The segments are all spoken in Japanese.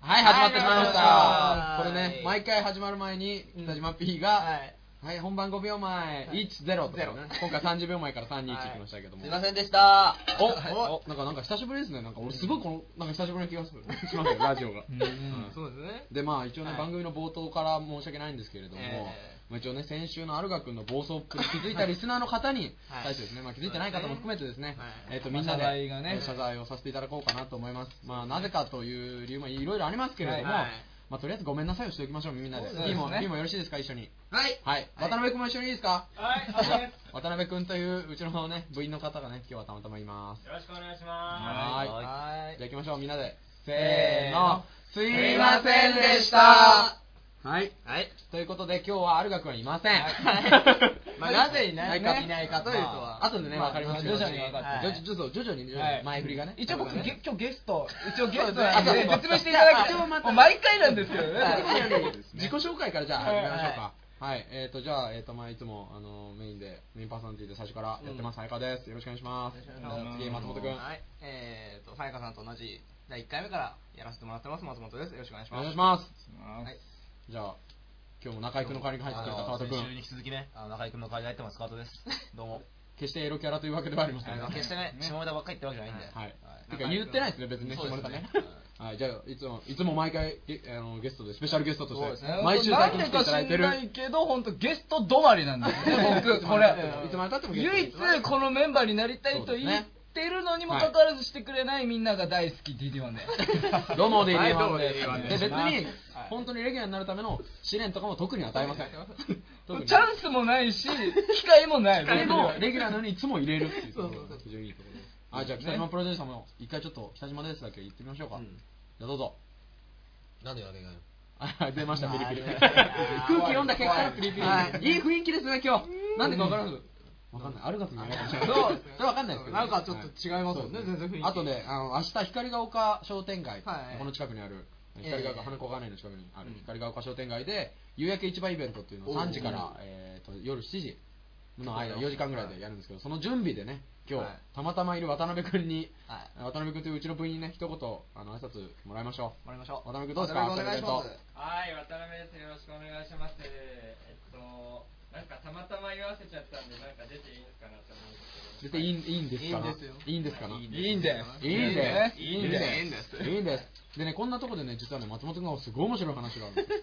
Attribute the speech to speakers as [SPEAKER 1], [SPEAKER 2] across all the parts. [SPEAKER 1] はい、始まってしまいました。
[SPEAKER 2] はい
[SPEAKER 1] これね、毎回始まる前に、北島 P が、はい、本番5秒前、
[SPEAKER 2] はい
[SPEAKER 1] 1、0とかね
[SPEAKER 2] ゼロ、
[SPEAKER 1] 今回30秒前から3、2、1いきましたけども。
[SPEAKER 3] すいませんでした。
[SPEAKER 1] お、おなんか、なんか久しぶりですね。なんか、俺すごいこの、なんか久しぶりな気がする。しますよ、ラジオが。
[SPEAKER 2] うんそうですね。
[SPEAKER 1] でまあ一応ね、
[SPEAKER 2] はい
[SPEAKER 1] 番組の冒頭から申し訳ないんですけれども、
[SPEAKER 2] え
[SPEAKER 1] まあ、一応ね先週のアルガ君の暴走っぷり気づいたリスナーの方に
[SPEAKER 2] はい
[SPEAKER 1] 対してですね、まあ、気づいてない方も含めてですね、
[SPEAKER 2] は
[SPEAKER 1] え
[SPEAKER 2] い
[SPEAKER 1] っと
[SPEAKER 4] まあ
[SPEAKER 1] みんなで、
[SPEAKER 4] 謝罪がね
[SPEAKER 1] えー謝罪をさせていただこうかなと思います、まあ、なぜかという理由もいろいろありますけれども、
[SPEAKER 2] はい
[SPEAKER 1] まあ、とりあえずごめんなさいをしておきましょうみんなで
[SPEAKER 4] そうです
[SPEAKER 1] い
[SPEAKER 4] ね
[SPEAKER 1] いもいいもよろしいですか一緒に
[SPEAKER 2] はい。
[SPEAKER 1] はい、渡辺君も一緒にいいですか
[SPEAKER 5] はい、
[SPEAKER 1] 渡辺君といううちのね部員の方がね今日はたまたまいます
[SPEAKER 5] よろしくお願いしま
[SPEAKER 1] はーい
[SPEAKER 2] は
[SPEAKER 1] じゃあ
[SPEAKER 2] い。
[SPEAKER 1] 行きましょうみんなでせ
[SPEAKER 2] せ
[SPEAKER 1] ー
[SPEAKER 2] ー
[SPEAKER 1] の
[SPEAKER 2] の
[SPEAKER 1] す
[SPEAKER 2] す
[SPEAKER 1] い
[SPEAKER 2] い
[SPEAKER 1] ま
[SPEAKER 2] ま
[SPEAKER 1] せ
[SPEAKER 2] せ
[SPEAKER 1] ん
[SPEAKER 2] ん
[SPEAKER 1] で
[SPEAKER 2] で
[SPEAKER 1] し
[SPEAKER 2] したた
[SPEAKER 1] はい
[SPEAKER 2] はい。
[SPEAKER 1] ということで今日はアルガ君はいません。
[SPEAKER 2] まあ、なぜいないか、
[SPEAKER 1] ね
[SPEAKER 2] いないかというとは。
[SPEAKER 1] あとでね、
[SPEAKER 4] まあ
[SPEAKER 1] わかります
[SPEAKER 4] 徐々に分かって
[SPEAKER 1] はい徐々徐々に、徐々に
[SPEAKER 4] はい
[SPEAKER 1] 前振りがね。
[SPEAKER 4] 一応僕、
[SPEAKER 1] ね
[SPEAKER 4] げ今日ゲスト、一応ゲストなんで、
[SPEAKER 1] そうそう
[SPEAKER 4] 説明していただき
[SPEAKER 1] 一応また
[SPEAKER 4] もう毎回なんですよね。
[SPEAKER 1] 自己紹介からじゃあ
[SPEAKER 4] は
[SPEAKER 1] 始
[SPEAKER 4] い
[SPEAKER 1] めましょうか。はい、えっと、じゃあ、えっと、まあ、いつも、あの、メインで、メインパーソナリティで最初からやってます、早川です。よろしくお願いします。
[SPEAKER 2] よろし
[SPEAKER 1] じ
[SPEAKER 2] く
[SPEAKER 1] ゃ
[SPEAKER 2] お願い
[SPEAKER 1] あ
[SPEAKER 2] します
[SPEAKER 1] 次、松本君。
[SPEAKER 2] はい。えーと、さやかさんと同じ、第1回目からやらせてもらってます、松本です。よろしくお願いし
[SPEAKER 1] お
[SPEAKER 2] ます。
[SPEAKER 1] 願いします。
[SPEAKER 2] はい。
[SPEAKER 1] じゃあ、今日も中居君の代わりに入ってくれた川田
[SPEAKER 3] 先週
[SPEAKER 1] 君。
[SPEAKER 3] に引き続きね、あの中居君の代わりに入ってます、カートです。どうも。
[SPEAKER 1] 決してエロキャラというわけではありません。
[SPEAKER 3] あの決してね、下ネタばっかり言ってるわけじゃないんで。
[SPEAKER 1] はい。てか言ってないですね、別にね、
[SPEAKER 3] そう
[SPEAKER 1] 下
[SPEAKER 3] で
[SPEAKER 1] ネ
[SPEAKER 3] す
[SPEAKER 1] タね
[SPEAKER 3] ね。
[SPEAKER 1] はい、じゃあ、いつも、いつも毎回、ゲあの、ゲストで、スペシャルゲストと
[SPEAKER 2] そうで
[SPEAKER 1] し
[SPEAKER 2] す
[SPEAKER 1] て
[SPEAKER 2] ね、
[SPEAKER 1] 毎週最近来ていただ
[SPEAKER 4] なん
[SPEAKER 1] い
[SPEAKER 4] で
[SPEAKER 1] て
[SPEAKER 4] か知
[SPEAKER 1] る
[SPEAKER 4] ら。ないけど、本当ゲスト止まりなんですね、僕、これ。
[SPEAKER 1] いつまでたってもゲスト
[SPEAKER 4] 唯一、このメンバーになりたいと言ってるのにもかかわらずしてくれないみんなが大好き、DD1 で。
[SPEAKER 1] どうも d
[SPEAKER 2] はいどう
[SPEAKER 1] d
[SPEAKER 2] も
[SPEAKER 1] です
[SPEAKER 2] DD1
[SPEAKER 1] で
[SPEAKER 2] です
[SPEAKER 1] 別に本当にレギュラーになるための試練とかも特に与えません特に
[SPEAKER 4] チャンスもないし、機会もない。
[SPEAKER 1] で
[SPEAKER 4] 僕に
[SPEAKER 1] も
[SPEAKER 4] は
[SPEAKER 1] レギュラーなのにいつも入れるっていう
[SPEAKER 2] そうそうそう
[SPEAKER 1] 非常にいいところですあじゃあ北島プロデューサーも一回ちょっと北島ですだけ言ってみましょうか
[SPEAKER 2] うん
[SPEAKER 1] じゃあどうぞ
[SPEAKER 3] なんでやれがよ。
[SPEAKER 1] あ 出ましたピリピリ
[SPEAKER 2] まあ
[SPEAKER 1] 空気読んだ結果のピリピリ
[SPEAKER 2] はい
[SPEAKER 1] いい雰囲気ですね今日なんでかわからずわかんないあるかとも言わないかもしれない
[SPEAKER 2] そう
[SPEAKER 1] それわかんないですけど
[SPEAKER 2] なんかちょっと違いますよね
[SPEAKER 1] は
[SPEAKER 2] 全然雰囲気
[SPEAKER 1] あとねあの明日光が丘商店街
[SPEAKER 2] はい
[SPEAKER 1] この近くにある
[SPEAKER 2] ええ
[SPEAKER 1] 光が丘花子金井の近くにある
[SPEAKER 2] うん
[SPEAKER 1] 光が丘商店街で夕焼け市場イベントっていうのを
[SPEAKER 2] おー
[SPEAKER 1] 3時からえーと夜7時の間4時間ぐらいでやるんですけどその準備でね今日
[SPEAKER 2] はい
[SPEAKER 1] たまたまいる渡辺君に
[SPEAKER 2] はい。
[SPEAKER 1] 渡辺君といううちの部員にね一言あの挨拶もらいましょう
[SPEAKER 2] もらいましょう。
[SPEAKER 1] 渡辺君どうですか
[SPEAKER 2] 渡辺君お願いします。
[SPEAKER 5] す。はい、渡辺です。よろしくお願いします。えっと、なんかたまたま言わせちゃったんで、なんか出ていいんすかなと思うんですけど。
[SPEAKER 1] 絶対いいいいんですか
[SPEAKER 2] い
[SPEAKER 1] ない
[SPEAKER 2] んですよ
[SPEAKER 1] いいんですかない
[SPEAKER 4] いんです。
[SPEAKER 1] いいんです。
[SPEAKER 4] いい
[SPEAKER 2] ん
[SPEAKER 4] ん
[SPEAKER 2] です
[SPEAKER 4] です。
[SPEAKER 1] いいんです。でね、こんなとこでね、実はね、松本君がすごい面白い話があるんですよ。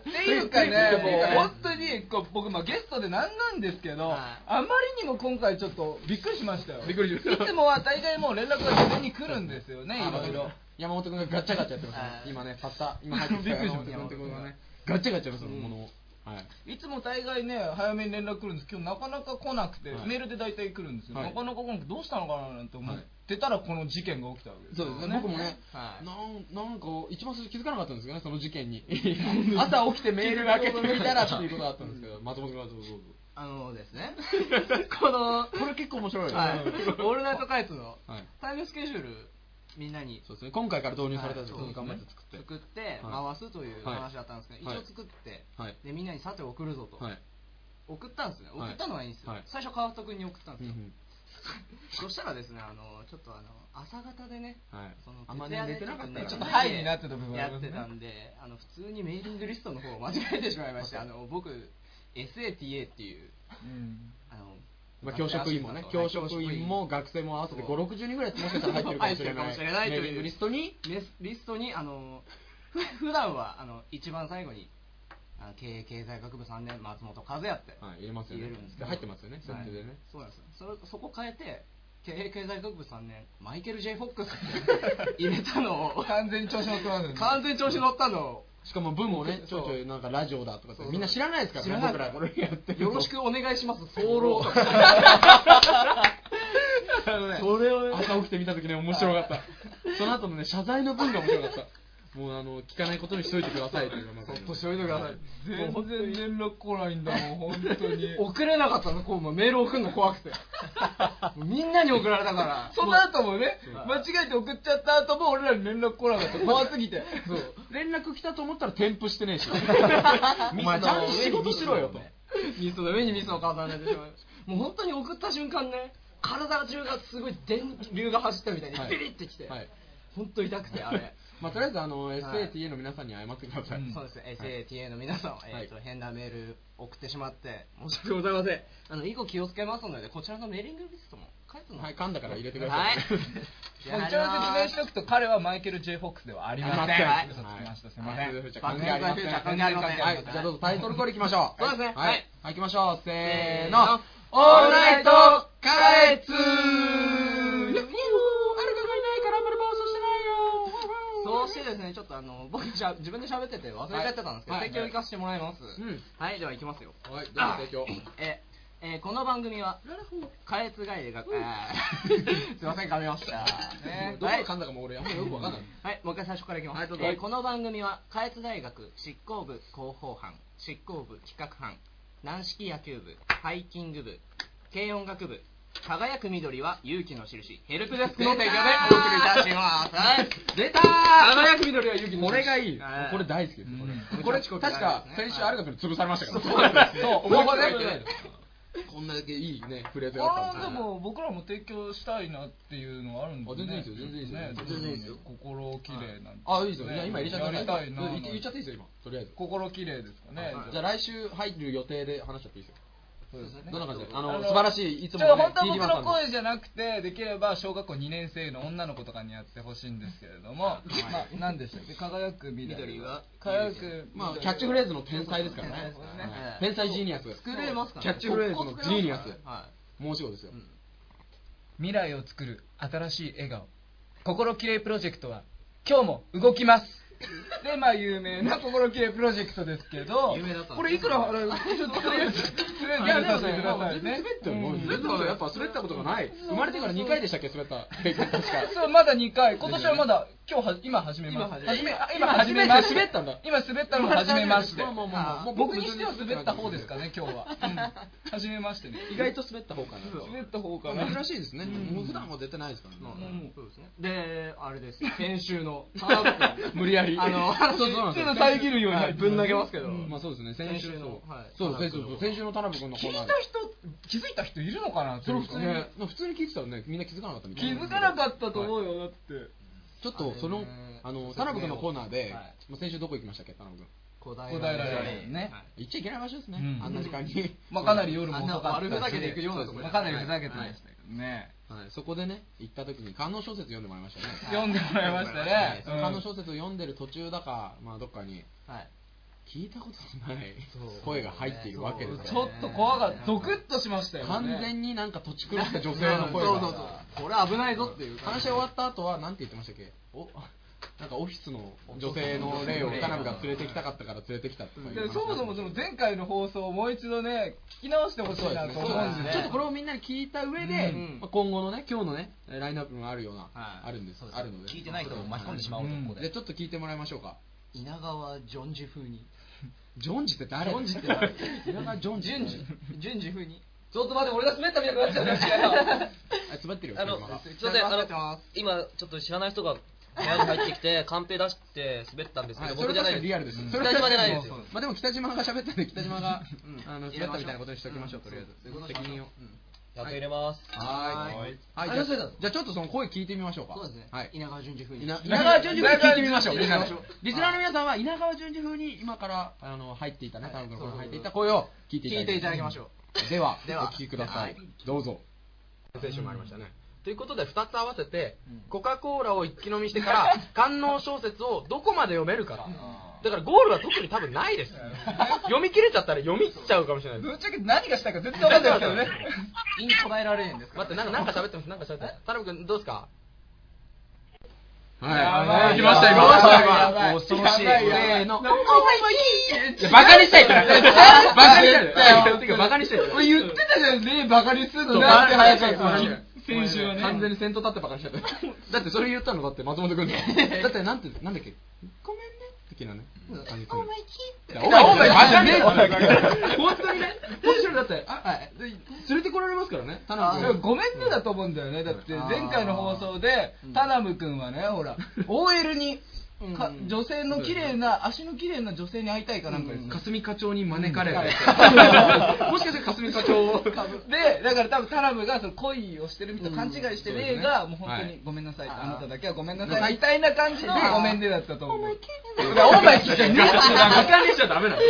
[SPEAKER 4] っていうか
[SPEAKER 1] っていうか
[SPEAKER 4] ね
[SPEAKER 1] ね、
[SPEAKER 4] 本当にこう僕、まあ、ゲストでなんなんですけど、
[SPEAKER 2] はい
[SPEAKER 4] あまりにも今回ちょっとびっくりしましたよ。
[SPEAKER 1] びっくりしました
[SPEAKER 4] いつもは大概もう連絡が事前に来るんですよね、い
[SPEAKER 1] あ
[SPEAKER 4] ろいろ。
[SPEAKER 1] 山本君がガチャガチャやってますね
[SPEAKER 2] あ。ー
[SPEAKER 1] 今ね、パッタ、今入ってきた
[SPEAKER 4] びっくりしました
[SPEAKER 1] 山本君がね、ガチャガチャやってますよ、ものを。はい。
[SPEAKER 4] いつも大概ね、早めに連絡来るんですけど、今日なかなか来なくて、
[SPEAKER 1] はい
[SPEAKER 4] メールで大体来るんですよ、
[SPEAKER 1] はい
[SPEAKER 4] なかなか来なくて、どうしたのかななんて思ってたら、この事件が起きたわけです
[SPEAKER 1] そ
[SPEAKER 4] よ
[SPEAKER 1] うですね、僕もね、
[SPEAKER 2] はい
[SPEAKER 1] なんなんか、一番最初気づかなかったんですよね、その事件に。朝起きてメールが開けてみたらっていうことだったんですけど、松本君がどうぞどうぞ。
[SPEAKER 2] あのですね、この、
[SPEAKER 1] これ結構面白いよね。
[SPEAKER 2] はい、 オールナイトカイツの
[SPEAKER 1] はい
[SPEAKER 2] タイムスケジュールみんなに
[SPEAKER 1] そうですね、今回から導入されたやつ、
[SPEAKER 2] はい
[SPEAKER 1] 頑張って作って。
[SPEAKER 2] 作って
[SPEAKER 1] は
[SPEAKER 2] 回すという話だったんですけど、
[SPEAKER 1] はい
[SPEAKER 2] 一応作って、
[SPEAKER 1] はい
[SPEAKER 2] でみんなにさて送るぞと、
[SPEAKER 1] はい。
[SPEAKER 2] 送ったんですね
[SPEAKER 1] はい
[SPEAKER 2] 送ったのはいいんですよ、
[SPEAKER 1] はい
[SPEAKER 2] 最初川太君に送ったん
[SPEAKER 1] う
[SPEAKER 2] で
[SPEAKER 1] ん
[SPEAKER 2] す
[SPEAKER 1] う
[SPEAKER 2] よ、
[SPEAKER 1] ん
[SPEAKER 2] そしたらですねあのちょっとあの朝方でね
[SPEAKER 1] はい
[SPEAKER 2] その
[SPEAKER 1] あんま
[SPEAKER 2] 徹夜
[SPEAKER 1] ね寝
[SPEAKER 2] で
[SPEAKER 1] てなかったよね
[SPEAKER 4] ちょっとハイになってた部分があ
[SPEAKER 2] や
[SPEAKER 4] りま
[SPEAKER 2] っ
[SPEAKER 4] すね
[SPEAKER 2] てたんで、あの普通にメーリングリストの方を間違えてしまいまして、あの僕、SATA っていう、
[SPEAKER 4] うん
[SPEAKER 2] あの
[SPEAKER 1] まあ、教職員もね、教職員も学生も合わせて5、60人ぐらいもしかしたら入ってるかもしれない。
[SPEAKER 2] 入ってるかもしれないという
[SPEAKER 1] メーリングリストに、
[SPEAKER 2] メスリストにあのふ普段はあの一番最後にあの経営経済学部3年松本和也って
[SPEAKER 1] はい、入れますよね。
[SPEAKER 2] 入れるんです
[SPEAKER 1] で入ってますよね、設
[SPEAKER 2] はい
[SPEAKER 1] 定でね。
[SPEAKER 2] そうなんですよそれそこ変えて経営経済学部3年マイケル・ J ・フォックスって 入れたのを
[SPEAKER 4] 完全に調子乗ってますよね。
[SPEAKER 2] 完全に調子乗ったのを
[SPEAKER 1] しかも文もね、ち
[SPEAKER 2] そう
[SPEAKER 1] ょいちょいなんかラジオだとかって
[SPEAKER 2] そうそう
[SPEAKER 1] みんな知らないですからね、
[SPEAKER 2] 知らない
[SPEAKER 1] 僕らこれやってると
[SPEAKER 2] よろしくお願いし ます早漏とか
[SPEAKER 1] それをね朝起きて見た時ね面白かったその後のね謝罪の文が面白かったもうあの聞かないことにしといてくださいというのがまさに
[SPEAKER 2] そっとしといてください
[SPEAKER 4] 全然連絡来ないんだもん、本当に。
[SPEAKER 2] 送れなかったのこうもうメール送るの怖くてもうみんなに送られたから
[SPEAKER 4] その後もね、間違えて送っちゃった後も俺らに連絡来なかった。怖すぎて。
[SPEAKER 1] 連絡来たと思ったら添付してね えしお前
[SPEAKER 2] ミスの上に
[SPEAKER 1] ちゃんと仕事しろよと
[SPEAKER 2] ミスの上にミスを重ねてしまうもう本当に送った瞬間ね体中がすごい電流が走ったみたいに
[SPEAKER 1] はい
[SPEAKER 2] ピリってきて、
[SPEAKER 1] はい
[SPEAKER 2] 本当痛くてあれ
[SPEAKER 1] まあ、とりあえずあの、
[SPEAKER 2] い
[SPEAKER 1] SATA の皆さんに謝ってください、
[SPEAKER 4] うん
[SPEAKER 2] そうですね、SATA の皆さん、
[SPEAKER 1] は
[SPEAKER 2] え
[SPEAKER 1] い
[SPEAKER 2] ーと変なメール送ってしまって、申し訳ございません。あの、以後気をつけますので、こちらのメーリングリストも書いても
[SPEAKER 1] はい噛んだから入れてください
[SPEAKER 2] はい。
[SPEAKER 4] 一応説明しとくと彼はマイケル・ J ・フォックスではありません
[SPEAKER 2] はい
[SPEAKER 4] 嘘つきましたすい
[SPEAKER 1] は
[SPEAKER 4] ま
[SPEAKER 1] い
[SPEAKER 4] せん
[SPEAKER 1] はい
[SPEAKER 2] 関係ありません
[SPEAKER 4] 関係ありません
[SPEAKER 1] はい、じゃあどうぞタイトルコールいきましょう。
[SPEAKER 2] そうですね
[SPEAKER 1] は
[SPEAKER 2] はいい。
[SPEAKER 1] はい、行きましょう。せー
[SPEAKER 2] せー
[SPEAKER 1] の
[SPEAKER 2] の。
[SPEAKER 1] オールナイトカエツやっほーあれがいないか
[SPEAKER 2] ー
[SPEAKER 1] らあんまり暴走してないよ
[SPEAKER 2] そうしてですね、ちょっとあの、僕じゃ、自分で喋ってて忘れちゃってたんですけど、
[SPEAKER 1] はい
[SPEAKER 2] 提供行かせてもらいます。
[SPEAKER 1] うん
[SPEAKER 2] はい、では行きますよ。
[SPEAKER 1] はい、どうぞ提供。
[SPEAKER 2] え、えーこの番組は、加越外でが、あー すいません、噛みました。
[SPEAKER 1] ね
[SPEAKER 2] ね
[SPEAKER 1] どこが噛んだかも俺あんまよくわかんない。
[SPEAKER 2] はい、もう一回最初からいきます。
[SPEAKER 1] はいどうぞ
[SPEAKER 2] えーこの番組は、下越大学執行部広報班、執行部企画班、軟式野球部、ハイキング部、軽音楽部、輝く緑は勇気の印、ヘルプデスクの提供でお送りいたします。はい、出たー輝く緑は勇気の印。
[SPEAKER 1] これがいい
[SPEAKER 2] は。
[SPEAKER 1] これ大好きです
[SPEAKER 4] うん。
[SPEAKER 1] これ、これ確か先週アル
[SPEAKER 2] が
[SPEAKER 1] ガブル潰されましたから。そう、思い
[SPEAKER 2] そう
[SPEAKER 1] 出
[SPEAKER 2] そう
[SPEAKER 1] ないこんだけいいね、フレーズがあった
[SPEAKER 4] あ
[SPEAKER 1] ん
[SPEAKER 4] の
[SPEAKER 1] で
[SPEAKER 4] です
[SPEAKER 1] よ。
[SPEAKER 4] も僕らも提供したいなっていうのはあるんで、ね、
[SPEAKER 1] あ全然いいですよ全然いいですよ
[SPEAKER 4] ね
[SPEAKER 1] 全然いいですよ
[SPEAKER 4] 心綺麗なんで
[SPEAKER 1] あ、いいですよ。いや今入れちゃって
[SPEAKER 4] やりたいな
[SPEAKER 1] うん言っちゃっていいですよ、今。とりあえず。
[SPEAKER 4] 心綺麗ですかね、
[SPEAKER 1] じゃあ来週入る予定で話しちゃっていいですよ。
[SPEAKER 4] そうですね
[SPEAKER 1] どんな感じであの
[SPEAKER 4] あの
[SPEAKER 1] 素晴らしい、いつも、
[SPEAKER 4] ちょ
[SPEAKER 1] ね
[SPEAKER 4] っと、本当は僕
[SPEAKER 1] リー
[SPEAKER 4] の
[SPEAKER 1] リマンさん
[SPEAKER 4] 声じゃなくてできれば小学校2年生の女の子とかにやってほしいんですけれども、まあ、何でしたっけ輝く緑
[SPEAKER 2] 緑は
[SPEAKER 4] 輝く
[SPEAKER 1] まあ、キャッチフレーズの天才ですからね
[SPEAKER 4] そうですね
[SPEAKER 1] はい天才ジーニアス
[SPEAKER 2] 作れますから
[SPEAKER 1] キャッチフレーズのジーニアス
[SPEAKER 2] は
[SPEAKER 1] 申し子です
[SPEAKER 2] い
[SPEAKER 1] よ、
[SPEAKER 2] うん
[SPEAKER 4] 未来を作る新しい笑顔心きれいプロジェクトは今日も動きますでまあ有名な心きれいプロジェクトですけど
[SPEAKER 2] 有名だったんですね
[SPEAKER 4] これいく ら払うちょっととりあえずとりあえず
[SPEAKER 1] いやでも
[SPEAKER 4] 話して
[SPEAKER 1] ね
[SPEAKER 4] ください
[SPEAKER 1] 全
[SPEAKER 4] ね
[SPEAKER 1] 然滑ってるもん滑ったことやっぱ滑ったことがない生まれてから2回でしたっけ滑った経験確か
[SPEAKER 4] そうまだ2回今年はまだ今日は今始めます
[SPEAKER 2] 今始め
[SPEAKER 4] めあ
[SPEAKER 1] 今
[SPEAKER 4] 今
[SPEAKER 1] 始
[SPEAKER 4] 始
[SPEAKER 1] めて
[SPEAKER 4] めまして
[SPEAKER 1] 滑ったんだ
[SPEAKER 4] 今滑ったのも初めまして
[SPEAKER 1] まあまあまあまあ
[SPEAKER 4] もう僕にしては滑った方ですかね今日は、うん、初めましてね
[SPEAKER 1] 意外と滑った方かな
[SPEAKER 4] 滑った方かな
[SPEAKER 1] 珍しいですね
[SPEAKER 4] うん
[SPEAKER 1] もう普段は出てないですからね
[SPEAKER 2] まあ
[SPEAKER 4] ん
[SPEAKER 2] そうですね。で、あ れですよ。先週の、
[SPEAKER 1] 無理やり
[SPEAKER 2] あの、
[SPEAKER 1] そうそうなんです
[SPEAKER 4] ち
[SPEAKER 1] よ
[SPEAKER 4] ょっと遮るように
[SPEAKER 2] はいぶん投げますけど。
[SPEAKER 4] うん
[SPEAKER 1] まあそうですね先週
[SPEAKER 2] 先週
[SPEAKER 1] の
[SPEAKER 2] のはい
[SPEAKER 1] そう
[SPEAKER 2] 田
[SPEAKER 1] 先
[SPEAKER 2] 辺
[SPEAKER 1] 週
[SPEAKER 2] 君
[SPEAKER 1] そう
[SPEAKER 2] の
[SPEAKER 1] 先週の田辺君のコ
[SPEAKER 4] 聞
[SPEAKER 1] ー
[SPEAKER 4] い
[SPEAKER 1] ナ
[SPEAKER 4] た
[SPEAKER 1] ー
[SPEAKER 4] 人気づいた人いるのかな
[SPEAKER 1] それ普通に
[SPEAKER 4] ね
[SPEAKER 1] 普通に聞いてたらねみんな気づかなかったみた
[SPEAKER 4] 気
[SPEAKER 1] い
[SPEAKER 4] づかなかったと思うよだって、
[SPEAKER 1] ちょっとそのあの田辺君のコーナーで、
[SPEAKER 2] はい
[SPEAKER 1] まあ先週どこ行きましたっけ田辺君
[SPEAKER 2] 小
[SPEAKER 4] 小平ですね
[SPEAKER 2] はい
[SPEAKER 1] 行っちゃいけない場所ですね、
[SPEAKER 4] うん
[SPEAKER 1] あんな時間に、
[SPEAKER 4] まあかなり夜も
[SPEAKER 2] あんな
[SPEAKER 4] 遅かったし
[SPEAKER 2] 悪ふざけていくようなところ
[SPEAKER 4] まあかなりふざけてま
[SPEAKER 2] はい
[SPEAKER 4] したけどね、
[SPEAKER 1] はい、そこでね行った時に観音小説読んでもらいましたね
[SPEAKER 4] 読んでもらいました
[SPEAKER 1] はい
[SPEAKER 4] ね、
[SPEAKER 1] その観音小説を読んでる途中だか、まあ、どっかに
[SPEAKER 2] はい。
[SPEAKER 1] 聞いたことのない
[SPEAKER 2] そう
[SPEAKER 1] 声が入っているわけです
[SPEAKER 4] うんち
[SPEAKER 1] よ
[SPEAKER 4] ょっと怖がっゾクッとしましたよね
[SPEAKER 1] 完全になんか土地狂った女性の声が
[SPEAKER 2] そうそうそう。これ危ないぞっていう。
[SPEAKER 1] 話し終わった後はなんて言ってましたっけおなんかオフィスの女性の霊を田辺が連れてきたかったから連れてきたとかいう話
[SPEAKER 4] でそもそもでも前回の放送をもう一度ね聞き直してほし
[SPEAKER 1] そう
[SPEAKER 4] い
[SPEAKER 1] です
[SPEAKER 4] な
[SPEAKER 1] ね
[SPEAKER 4] と思うんですね
[SPEAKER 1] ちょっとこれをみんなに聞いた上で、
[SPEAKER 2] うん
[SPEAKER 1] まあ、今後のね今日のねラインナップもあるような、
[SPEAKER 2] はい
[SPEAKER 1] あるんです
[SPEAKER 3] そうです
[SPEAKER 1] あるので
[SPEAKER 3] 聞いてない人も巻き込んでしまおうと、
[SPEAKER 4] うん
[SPEAKER 3] ここ
[SPEAKER 1] で
[SPEAKER 3] で。
[SPEAKER 1] ちょっと聞いてもらいましょうか
[SPEAKER 2] 稲川ジョンジ風に。
[SPEAKER 1] ジョンジって誰ジョンジって誰稲川ジョンジ
[SPEAKER 2] ジョンジジョンジ風に。
[SPEAKER 6] ちょっと待って、俺が滑ったみたいになっちゃうんだ よ。
[SPEAKER 1] あ詰まってるよ
[SPEAKER 6] あの、
[SPEAKER 1] 車が
[SPEAKER 6] すいません、あ
[SPEAKER 2] 滑
[SPEAKER 6] の
[SPEAKER 2] ってます、
[SPEAKER 6] 今、ちょっと知らない人が前に入ってきて、カンペ出して滑ったんですけ
[SPEAKER 1] は
[SPEAKER 6] ど、
[SPEAKER 1] い、それ
[SPEAKER 6] 僕じゃない
[SPEAKER 1] 確かに
[SPEAKER 6] です。
[SPEAKER 1] リアルです、
[SPEAKER 6] うん
[SPEAKER 1] それ
[SPEAKER 6] 北島じゃないです
[SPEAKER 4] そう
[SPEAKER 6] よ。
[SPEAKER 1] まあでも北島が喋ったんで北島が、
[SPEAKER 2] うん
[SPEAKER 1] あの
[SPEAKER 2] 入れ
[SPEAKER 1] 滑った
[SPEAKER 2] ましょう
[SPEAKER 1] みたいなことにしておきましょう、とりあえず
[SPEAKER 2] そうそう
[SPEAKER 1] 責任を
[SPEAKER 2] うん
[SPEAKER 6] 100入れます。
[SPEAKER 1] はーいはいじゃあじゃあちょっとその声聞いてみましょうか
[SPEAKER 2] そうですね
[SPEAKER 1] は。い
[SPEAKER 2] 稲川淳二風に。
[SPEAKER 1] 稲
[SPEAKER 2] は
[SPEAKER 1] 稲川淳二風に聞いてみましょう。
[SPEAKER 2] 稲
[SPEAKER 1] みんなで
[SPEAKER 2] 川淳二
[SPEAKER 1] リスナーの皆さんは稲川淳二風に今からあの入っていたね、田辺君の入っていた声を聞いていただ
[SPEAKER 2] 聞いていただきまし
[SPEAKER 1] ょ
[SPEAKER 2] ょう。
[SPEAKER 1] う。では、
[SPEAKER 2] では
[SPEAKER 1] お聞きくださ
[SPEAKER 2] はいい。
[SPEAKER 1] どうぞ。先週もありましたね。ということで、2つ合わせて、コカ・コーラを一気飲みして から、観音小説をどこまで読めるか。だからゴールは特に多分ない です。読み切れちゃったら読みっちゃうかもしれないです。
[SPEAKER 4] ぶっちゃけ何がしたいか全然分かんないですけどね
[SPEAKER 2] イン小平霊園ですか
[SPEAKER 6] 待って、なんか、なんか喋ってます、なんか喋ってます。田辺君、どうですか
[SPEAKER 1] は
[SPEAKER 4] やば
[SPEAKER 1] い。
[SPEAKER 4] い
[SPEAKER 1] 来ました、
[SPEAKER 4] や
[SPEAKER 1] 今。
[SPEAKER 4] ばい
[SPEAKER 1] 来
[SPEAKER 4] や
[SPEAKER 1] ま
[SPEAKER 4] ばい
[SPEAKER 1] した、今。恐ろしい。せーの。
[SPEAKER 4] いや
[SPEAKER 1] バカにしたいってな絶対バカに
[SPEAKER 4] 絶対
[SPEAKER 1] したいてかバカにしたいって
[SPEAKER 4] 俺言ってたじゃんねバカにすんの
[SPEAKER 1] な
[SPEAKER 4] なんん
[SPEAKER 1] て
[SPEAKER 4] て
[SPEAKER 1] 早
[SPEAKER 4] 早
[SPEAKER 1] か
[SPEAKER 4] か
[SPEAKER 1] っ
[SPEAKER 4] ったた
[SPEAKER 1] の
[SPEAKER 4] 先週はね
[SPEAKER 1] 完全に先頭立ってばかりしちゃっただってそれ言ったのだって松本君 だよだってなんてなんだっけごめんね的なね感じお前キーってお前お前バカね本当にね本当にだってあ
[SPEAKER 2] はい。
[SPEAKER 1] 連れてこられますからね田
[SPEAKER 4] い
[SPEAKER 1] 辺
[SPEAKER 4] や
[SPEAKER 1] 君
[SPEAKER 4] ごめんねだと思うんだよねだって前回の放送で
[SPEAKER 2] うん
[SPEAKER 4] 田ナム君はねほら OL にか女性の綺麗な足の綺麗な女性に会いたいかなんかですか
[SPEAKER 1] 霞課長に招かれて、もしかして霞課長を
[SPEAKER 4] でだから多分タラムがその恋をしてるみたいな勘違いしてる映が、もう本当に、
[SPEAKER 1] はい
[SPEAKER 4] ごめんなさい
[SPEAKER 2] あー
[SPEAKER 4] あなただけはごめんなさいみたいな感じのごめんねだったと思う
[SPEAKER 1] お
[SPEAKER 4] いやお前聞いてね
[SPEAKER 1] バカにしちゃダメなの。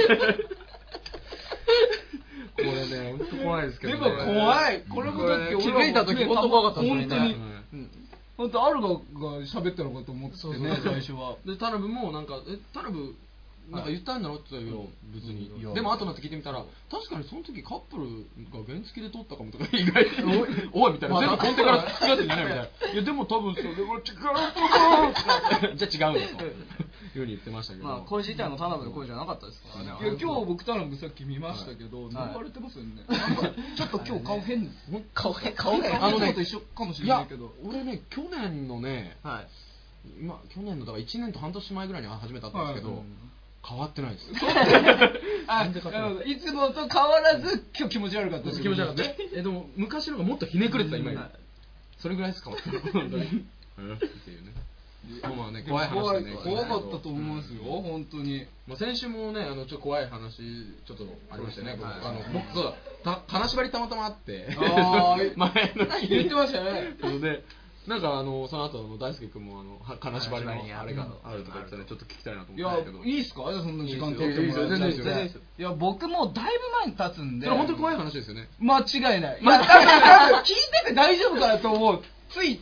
[SPEAKER 1] これね、本当怖いですけど、
[SPEAKER 4] で
[SPEAKER 1] ね。
[SPEAKER 4] も怖いこれもだって俺らも
[SPEAKER 1] 気づいた時、
[SPEAKER 4] ね
[SPEAKER 1] 本当怖かったですよね。
[SPEAKER 4] 本当に
[SPEAKER 1] うん
[SPEAKER 4] 本当アルガが喋ったのかと思ってね最初は
[SPEAKER 1] で、タラブも、なんか、え、タラブ、なんか言ったんだろうって言ったけど、別
[SPEAKER 3] いや
[SPEAKER 1] に。でも、後になって聞いてみたら、確かにその時カップルが原付で撮ったかもとか、 意外に、おいみたいな、全部根底から突き出すんじゃないみたいな。いや、でも多分それは違うと思うじゃあ違うよと。いうふうに言ってましたけど。
[SPEAKER 2] まあこれ自体もタナブの恋じゃなかったですからね
[SPEAKER 4] いや今日僕タラムさっき見ましたけど、
[SPEAKER 2] はい
[SPEAKER 4] 流れてますよね、なんかちょっと今日顔変です
[SPEAKER 2] 顔変
[SPEAKER 4] 顔変
[SPEAKER 1] あのね
[SPEAKER 4] いつもと一緒かもしれないけど
[SPEAKER 1] や俺ね去年のね
[SPEAKER 2] はい
[SPEAKER 1] 今去年のだから1年と半年前ぐらいに始めたんですけど、
[SPEAKER 4] はい
[SPEAKER 1] 変わってないです
[SPEAKER 4] あなるほどいつもと変わらず今日気持ち悪かったです
[SPEAKER 1] 気持ち悪かったえでも昔のがもっとひねくれてた今より
[SPEAKER 2] はい
[SPEAKER 1] それぐらいですかもしれない本当にうんっていうねまあまあね怖い話だね
[SPEAKER 4] 怖い怖かったと思いますよ、
[SPEAKER 1] うん
[SPEAKER 4] 本当に
[SPEAKER 1] まあ、先週もねあのちょっと怖い話ちょっとありましたよね
[SPEAKER 2] そうですね
[SPEAKER 1] あの僕そうだた金縛りたまたまあって
[SPEAKER 4] あー
[SPEAKER 1] 前の日
[SPEAKER 4] 言ってましたね
[SPEAKER 1] それでなんかあのその後あの大輔君もあのは金縛り
[SPEAKER 2] 金縛りに
[SPEAKER 1] のあれが
[SPEAKER 2] あ
[SPEAKER 1] あ
[SPEAKER 2] る
[SPEAKER 1] るとか言ってたんでちょっと聞きたいなと思
[SPEAKER 4] い
[SPEAKER 1] っ
[SPEAKER 4] や
[SPEAKER 1] たんだけど、
[SPEAKER 4] いいっすかじゃあそんな時間取
[SPEAKER 1] い
[SPEAKER 4] っ
[SPEAKER 1] い
[SPEAKER 4] て
[SPEAKER 1] です
[SPEAKER 4] も
[SPEAKER 1] よ
[SPEAKER 4] らっ
[SPEAKER 1] いいですよ全然い
[SPEAKER 4] て
[SPEAKER 1] いですよ全然いいですよ
[SPEAKER 4] いや僕もうだいぶ前に経つん
[SPEAKER 1] そ
[SPEAKER 4] で
[SPEAKER 1] れ本当に怖い話ですよね
[SPEAKER 4] 間違いない。まあ、多分、多分聞いてて大丈夫かなと思う。つい、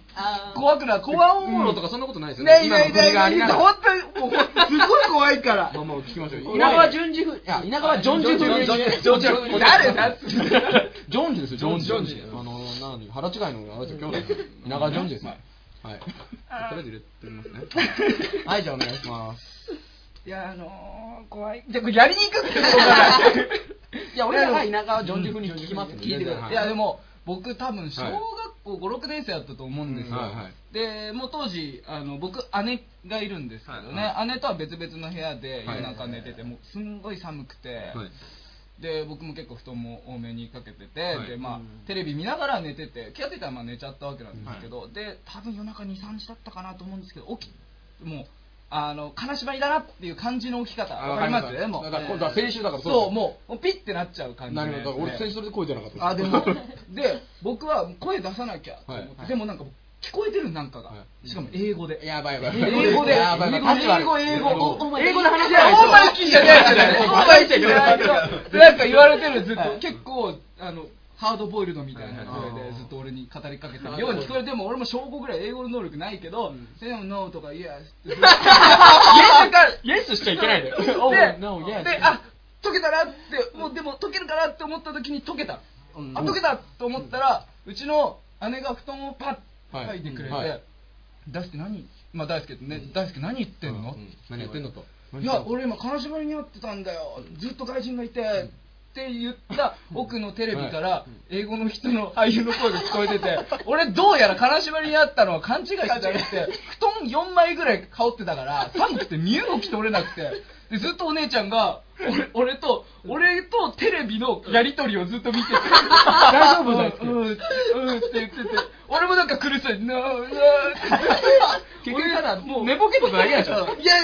[SPEAKER 4] 怖くなって。
[SPEAKER 1] 怖おもろとかそんなことないですよね
[SPEAKER 4] ね。ないな
[SPEAKER 1] 今
[SPEAKER 4] いない
[SPEAKER 1] の国があ
[SPEAKER 4] な
[SPEAKER 1] り
[SPEAKER 4] い
[SPEAKER 1] ながら
[SPEAKER 4] 本当に、もう本当にすごい怖いから。
[SPEAKER 1] まあまあ聞きましょう
[SPEAKER 4] 稲川
[SPEAKER 1] 淳二風いや稲
[SPEAKER 4] 川ジョンジ風に
[SPEAKER 1] ジョンジ風
[SPEAKER 4] 誰だっつって
[SPEAKER 1] ジョンジですよジョンジ
[SPEAKER 4] ジョンジ
[SPEAKER 1] あのなのに腹違いのあれですよ兄弟稲川ジョンジですよはいとりあえず入れてみますね はいじゃあお願いします
[SPEAKER 4] いや、あのー、怖い。じゃあ、これやりにくくてしょうがない。
[SPEAKER 1] いや俺らは稲川ジョンジ風に聞きますんで
[SPEAKER 4] 聞いてください。いや、でも、僕多分、小
[SPEAKER 1] はい
[SPEAKER 4] 学校5、6年生だったと思うんですよ
[SPEAKER 1] うんはいは。
[SPEAKER 4] で、もう当時、あの、僕、姉がいるんですけど
[SPEAKER 1] は
[SPEAKER 4] ね、姉とは別々の部屋で
[SPEAKER 1] はい
[SPEAKER 4] 夜中寝てて、もうすんごい寒くて、
[SPEAKER 1] はい
[SPEAKER 4] で僕も結構布団も多めにかけてて、
[SPEAKER 1] はい
[SPEAKER 4] でまあ、テレビ見ながら寝てて気が付いたらまあ寝ちゃったわけなんですけど、で多分夜中23時だったかなと思うんですけど起きもうあの金縛りだなっていう感じの起き方
[SPEAKER 1] あ
[SPEAKER 4] わかります
[SPEAKER 1] わかります
[SPEAKER 4] で
[SPEAKER 1] だ
[SPEAKER 4] も
[SPEAKER 1] から今度は先週だから
[SPEAKER 4] そ
[SPEAKER 1] そうう
[SPEAKER 4] もうもうピッてなっちゃう感じの
[SPEAKER 1] な
[SPEAKER 4] やつ
[SPEAKER 1] る
[SPEAKER 4] で
[SPEAKER 1] ほど俺先週それで声出なかった
[SPEAKER 4] あでもで僕は声出さなきゃと思って、
[SPEAKER 1] はい
[SPEAKER 4] でもなんか聞こえてるなんかが、
[SPEAKER 1] は
[SPEAKER 4] しかも英語で
[SPEAKER 1] やばいやばい
[SPEAKER 4] 英語で、
[SPEAKER 1] やばい
[SPEAKER 4] 英
[SPEAKER 1] や
[SPEAKER 4] 語
[SPEAKER 1] ばい
[SPEAKER 4] で、英語、英語、
[SPEAKER 1] お
[SPEAKER 4] 英語で話しない。オーマイキーじゃないじゃない。オーマイキーじゃないと。なんか言われてる、ずっと。結構、あの、ハードボイルドみたいな声でずっと俺に語りかけてるように聞こえても俺も小5ぐらい英語の能力ないけど「でも NO」とか「 イエス」ってずっと
[SPEAKER 1] イエスしちゃいけ ないで Oh,
[SPEAKER 4] で
[SPEAKER 1] no, yes.
[SPEAKER 4] であ解けたなってもうでも解けるかなって思った時に解けた、あ解けたと思ったら、うちの姉が布団をパッ
[SPEAKER 1] はい
[SPEAKER 4] といてくれて、
[SPEAKER 1] はい
[SPEAKER 4] 大輔何まあ大輔ってね、大輔何言ってんの、
[SPEAKER 1] うん何やってんのと
[SPEAKER 4] いや俺今金縛りに遭ってたんだよずっと外人がいて、って言 った奥のテレビから英語の人の俳優の声が聞こえてて 俺どうやら金縛りにあったのは勘違いしてたって布団4枚ぐらい羽織ってたから寒くて身動き取れなくてでずっとお姉ちゃんが俺俺と俺とテレビのやり取りをずっと見てて大丈夫だってうんうんって言ってて俺もなんか苦しそうに「なあなあ」って結局ただもう寝ぼけてただけでしょいや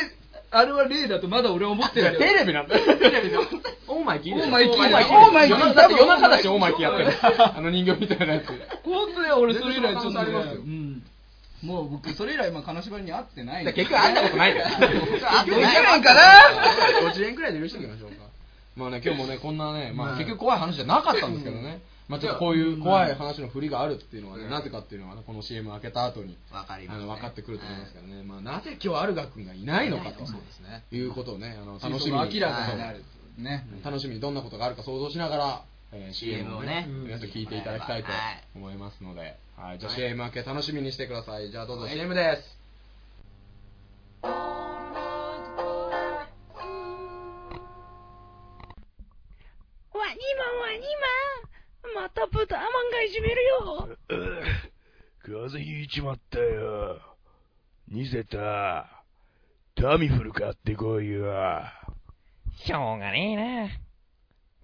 [SPEAKER 4] あれは例だとまだ俺は思ってるけど
[SPEAKER 1] テレビなんだテレビだオーマイキー
[SPEAKER 4] オーマイキー
[SPEAKER 1] オーマイキ
[SPEAKER 4] オーマイキー
[SPEAKER 1] ーだって夜中だしオーマイキーやって るあの人形みたいなやつ
[SPEAKER 4] 本当だよ俺それ以来ちょ
[SPEAKER 1] 全然その可能
[SPEAKER 4] っと、
[SPEAKER 1] 性あり
[SPEAKER 4] ね
[SPEAKER 1] ますよ
[SPEAKER 4] うん、もう僕それ以来まあ金縛りに会ってない
[SPEAKER 1] 結局会ったことないから
[SPEAKER 4] あどうないんかな
[SPEAKER 1] 50円くらいで許しておきましょうかまあね今日もねこんなね、まあ、結局怖い話じゃなかったんですけどね、まあ、ちょっとこういう怖い話の振りがあるっていうのはね、なぜかっていうのはねこの CM 開けた後に
[SPEAKER 2] わかりま
[SPEAKER 1] あ
[SPEAKER 2] すね
[SPEAKER 1] の分かってくると思いますからね、まあ、なぜ今日アルガ君がいないのかと
[SPEAKER 3] そうですね
[SPEAKER 1] いうことをねあの楽しみ
[SPEAKER 4] 真相が
[SPEAKER 1] に
[SPEAKER 4] 明らかになるね
[SPEAKER 1] うん楽しみにどんなことがあるか想像しながら、えー CM をね
[SPEAKER 2] CM をね
[SPEAKER 1] 皆さん聞いていただきたいと
[SPEAKER 2] はい
[SPEAKER 1] 思いますので、はい、じゃあ
[SPEAKER 2] はい
[SPEAKER 1] CM 明け楽しみにしてくださいじゃあどうぞ CM です
[SPEAKER 7] ワニマンワニマンまた豚マンがいじめるよ
[SPEAKER 8] 風邪ひいちまったよ。ニセタ、タミフル買ってこいよ。
[SPEAKER 9] しょうがねえな。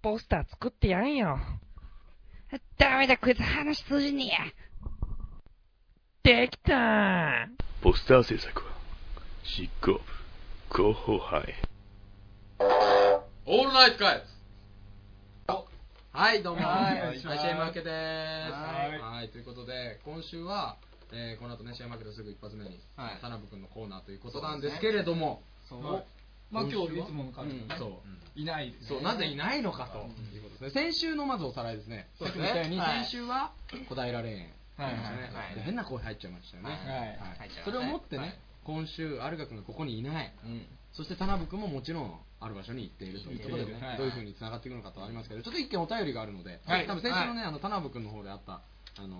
[SPEAKER 9] ポスター作ってやんよ。ダメだ、こいつ話通じねえや。できた
[SPEAKER 8] ポスター制作は、執行部広報班へ
[SPEAKER 10] オールナイトかい
[SPEAKER 1] はい、どうも。
[SPEAKER 4] は
[SPEAKER 1] はいい、
[SPEAKER 4] お願いします
[SPEAKER 1] CM 明けです。
[SPEAKER 4] は
[SPEAKER 1] はいい、ということで、今週は、えーこの後ね、CM 明けですぐ一発目に、
[SPEAKER 2] はい
[SPEAKER 1] 田辺君のコーナーということなんですけれども、
[SPEAKER 2] そう
[SPEAKER 4] はいまあ今日いつもの感じ
[SPEAKER 1] うんそう
[SPEAKER 4] いないですね
[SPEAKER 1] そう、なぜいないのかということですね。先週のまずおさらいですね。
[SPEAKER 4] そうですね
[SPEAKER 1] さっきも言ったように、
[SPEAKER 4] はい
[SPEAKER 1] 先週は小平霊園。
[SPEAKER 4] はいはい
[SPEAKER 2] はい
[SPEAKER 1] で変な声入っちゃいましたよね。
[SPEAKER 2] はい
[SPEAKER 1] は
[SPEAKER 2] 入っ
[SPEAKER 1] い
[SPEAKER 2] ちゃいましたね
[SPEAKER 1] それをもってね、
[SPEAKER 2] はい
[SPEAKER 1] 今週、アルガ君がここにいない。そして田辺君ももちろんある場所に行っているということでね、
[SPEAKER 4] はい
[SPEAKER 1] どういうふうにつながっていくのかとはありますけど、ちょっと一件お便りがあるので、
[SPEAKER 4] はい
[SPEAKER 1] 多分先週のね、
[SPEAKER 4] は
[SPEAKER 1] あの田辺君の方であった、あのー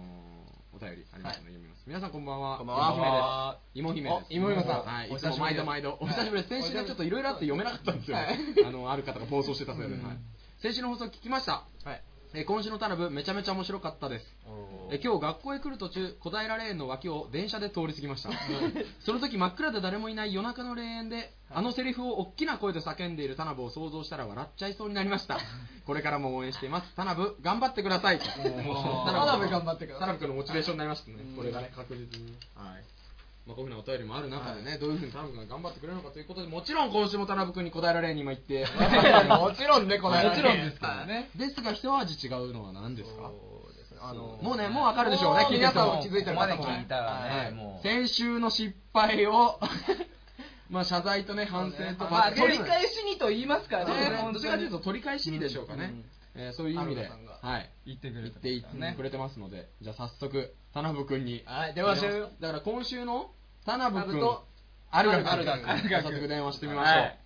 [SPEAKER 1] お便りありますので、読みます。皆さんこんばんは。
[SPEAKER 2] こんばんは
[SPEAKER 1] 芋姫です。
[SPEAKER 4] お芋姫さん
[SPEAKER 1] はい、いつも毎度毎度。お久しぶりです。先週ね、ちょっといろいろあって読めなかったんですよ。
[SPEAKER 4] はい
[SPEAKER 1] あの、ある方が暴走してたせいで。はい先週の放送聞きました。
[SPEAKER 2] はい
[SPEAKER 1] えー今週のタナブめちゃめちゃ面白かったですえー今日学校へ来る途中小平霊園の脇を電車で通り過ぎました その時真っ暗で誰もいない夜中の霊園であのセリフを大きな声で叫んでいるタナブを想像したら笑っちゃいそうになりました これからも応援していますタナブ頑張ってくださいと
[SPEAKER 4] 田辺頑張ってくださ
[SPEAKER 1] タ
[SPEAKER 4] い
[SPEAKER 1] ナブ君のモチベーションになりましたねこれがね確実にはいまあ、こういうふうなお便りもある中でね、どういうふうに田辺君が頑張ってくれるのかということで、もちろん今週も田辺君に小平霊園に今行って、
[SPEAKER 4] もちろんねこの間ね
[SPEAKER 1] もちろんですけどね。ですが、一味違うのは何ですか
[SPEAKER 3] あの
[SPEAKER 1] もうね、もうわかるでしょうね。
[SPEAKER 4] もう
[SPEAKER 1] 皆さんは気づいてる
[SPEAKER 3] ここま
[SPEAKER 1] 方
[SPEAKER 3] で
[SPEAKER 1] も
[SPEAKER 3] 聞いた
[SPEAKER 1] は
[SPEAKER 3] らね
[SPEAKER 1] い
[SPEAKER 3] もう
[SPEAKER 1] 先週の失敗を、 まあ謝罪とね、反省と、
[SPEAKER 4] まあ
[SPEAKER 1] 罰ゲーム
[SPEAKER 4] 取り返しにと言いますから
[SPEAKER 1] そうですね
[SPEAKER 4] ね
[SPEAKER 1] どちらかというと取り返しにでしょうかね。えーそういう意味で、
[SPEAKER 4] 田辺さん
[SPEAKER 1] はい。
[SPEAKER 4] 言ってく
[SPEAKER 1] 言
[SPEAKER 4] れ
[SPEAKER 1] っていってくれてますので、じゃあ早速、田辺君に。
[SPEAKER 4] はい電話しようよ
[SPEAKER 1] だから今週の田辺君
[SPEAKER 4] 田辺と
[SPEAKER 1] と、アルガ君、
[SPEAKER 4] アルガ君
[SPEAKER 1] 早速電話してみましょう。
[SPEAKER 4] はい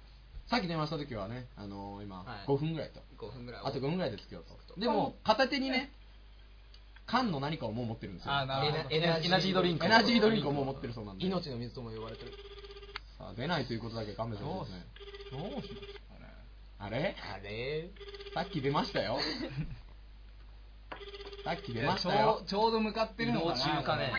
[SPEAKER 1] さっき電話した時はね、あのー今、
[SPEAKER 2] はい
[SPEAKER 1] 5分ぐらいと。
[SPEAKER 2] 5分ぐらい
[SPEAKER 1] あと5分ぐらいですけど
[SPEAKER 2] と
[SPEAKER 1] でも片手にね缶の何かをもう持ってるんですよ
[SPEAKER 4] あーなるほど
[SPEAKER 2] エナエナジードリンク
[SPEAKER 1] エナジードリンクをもう持ってるそうなんで
[SPEAKER 2] 命の水とも呼ばれてる
[SPEAKER 1] さあ出ないということだけ勘弁してほしいですね
[SPEAKER 4] どうしましたね
[SPEAKER 1] あれ
[SPEAKER 2] あれ
[SPEAKER 1] さっき出ました よさっき出ま
[SPEAKER 4] ち
[SPEAKER 1] した
[SPEAKER 4] ょ
[SPEAKER 1] よ
[SPEAKER 4] うちょうど向かってるの
[SPEAKER 3] 移動中かね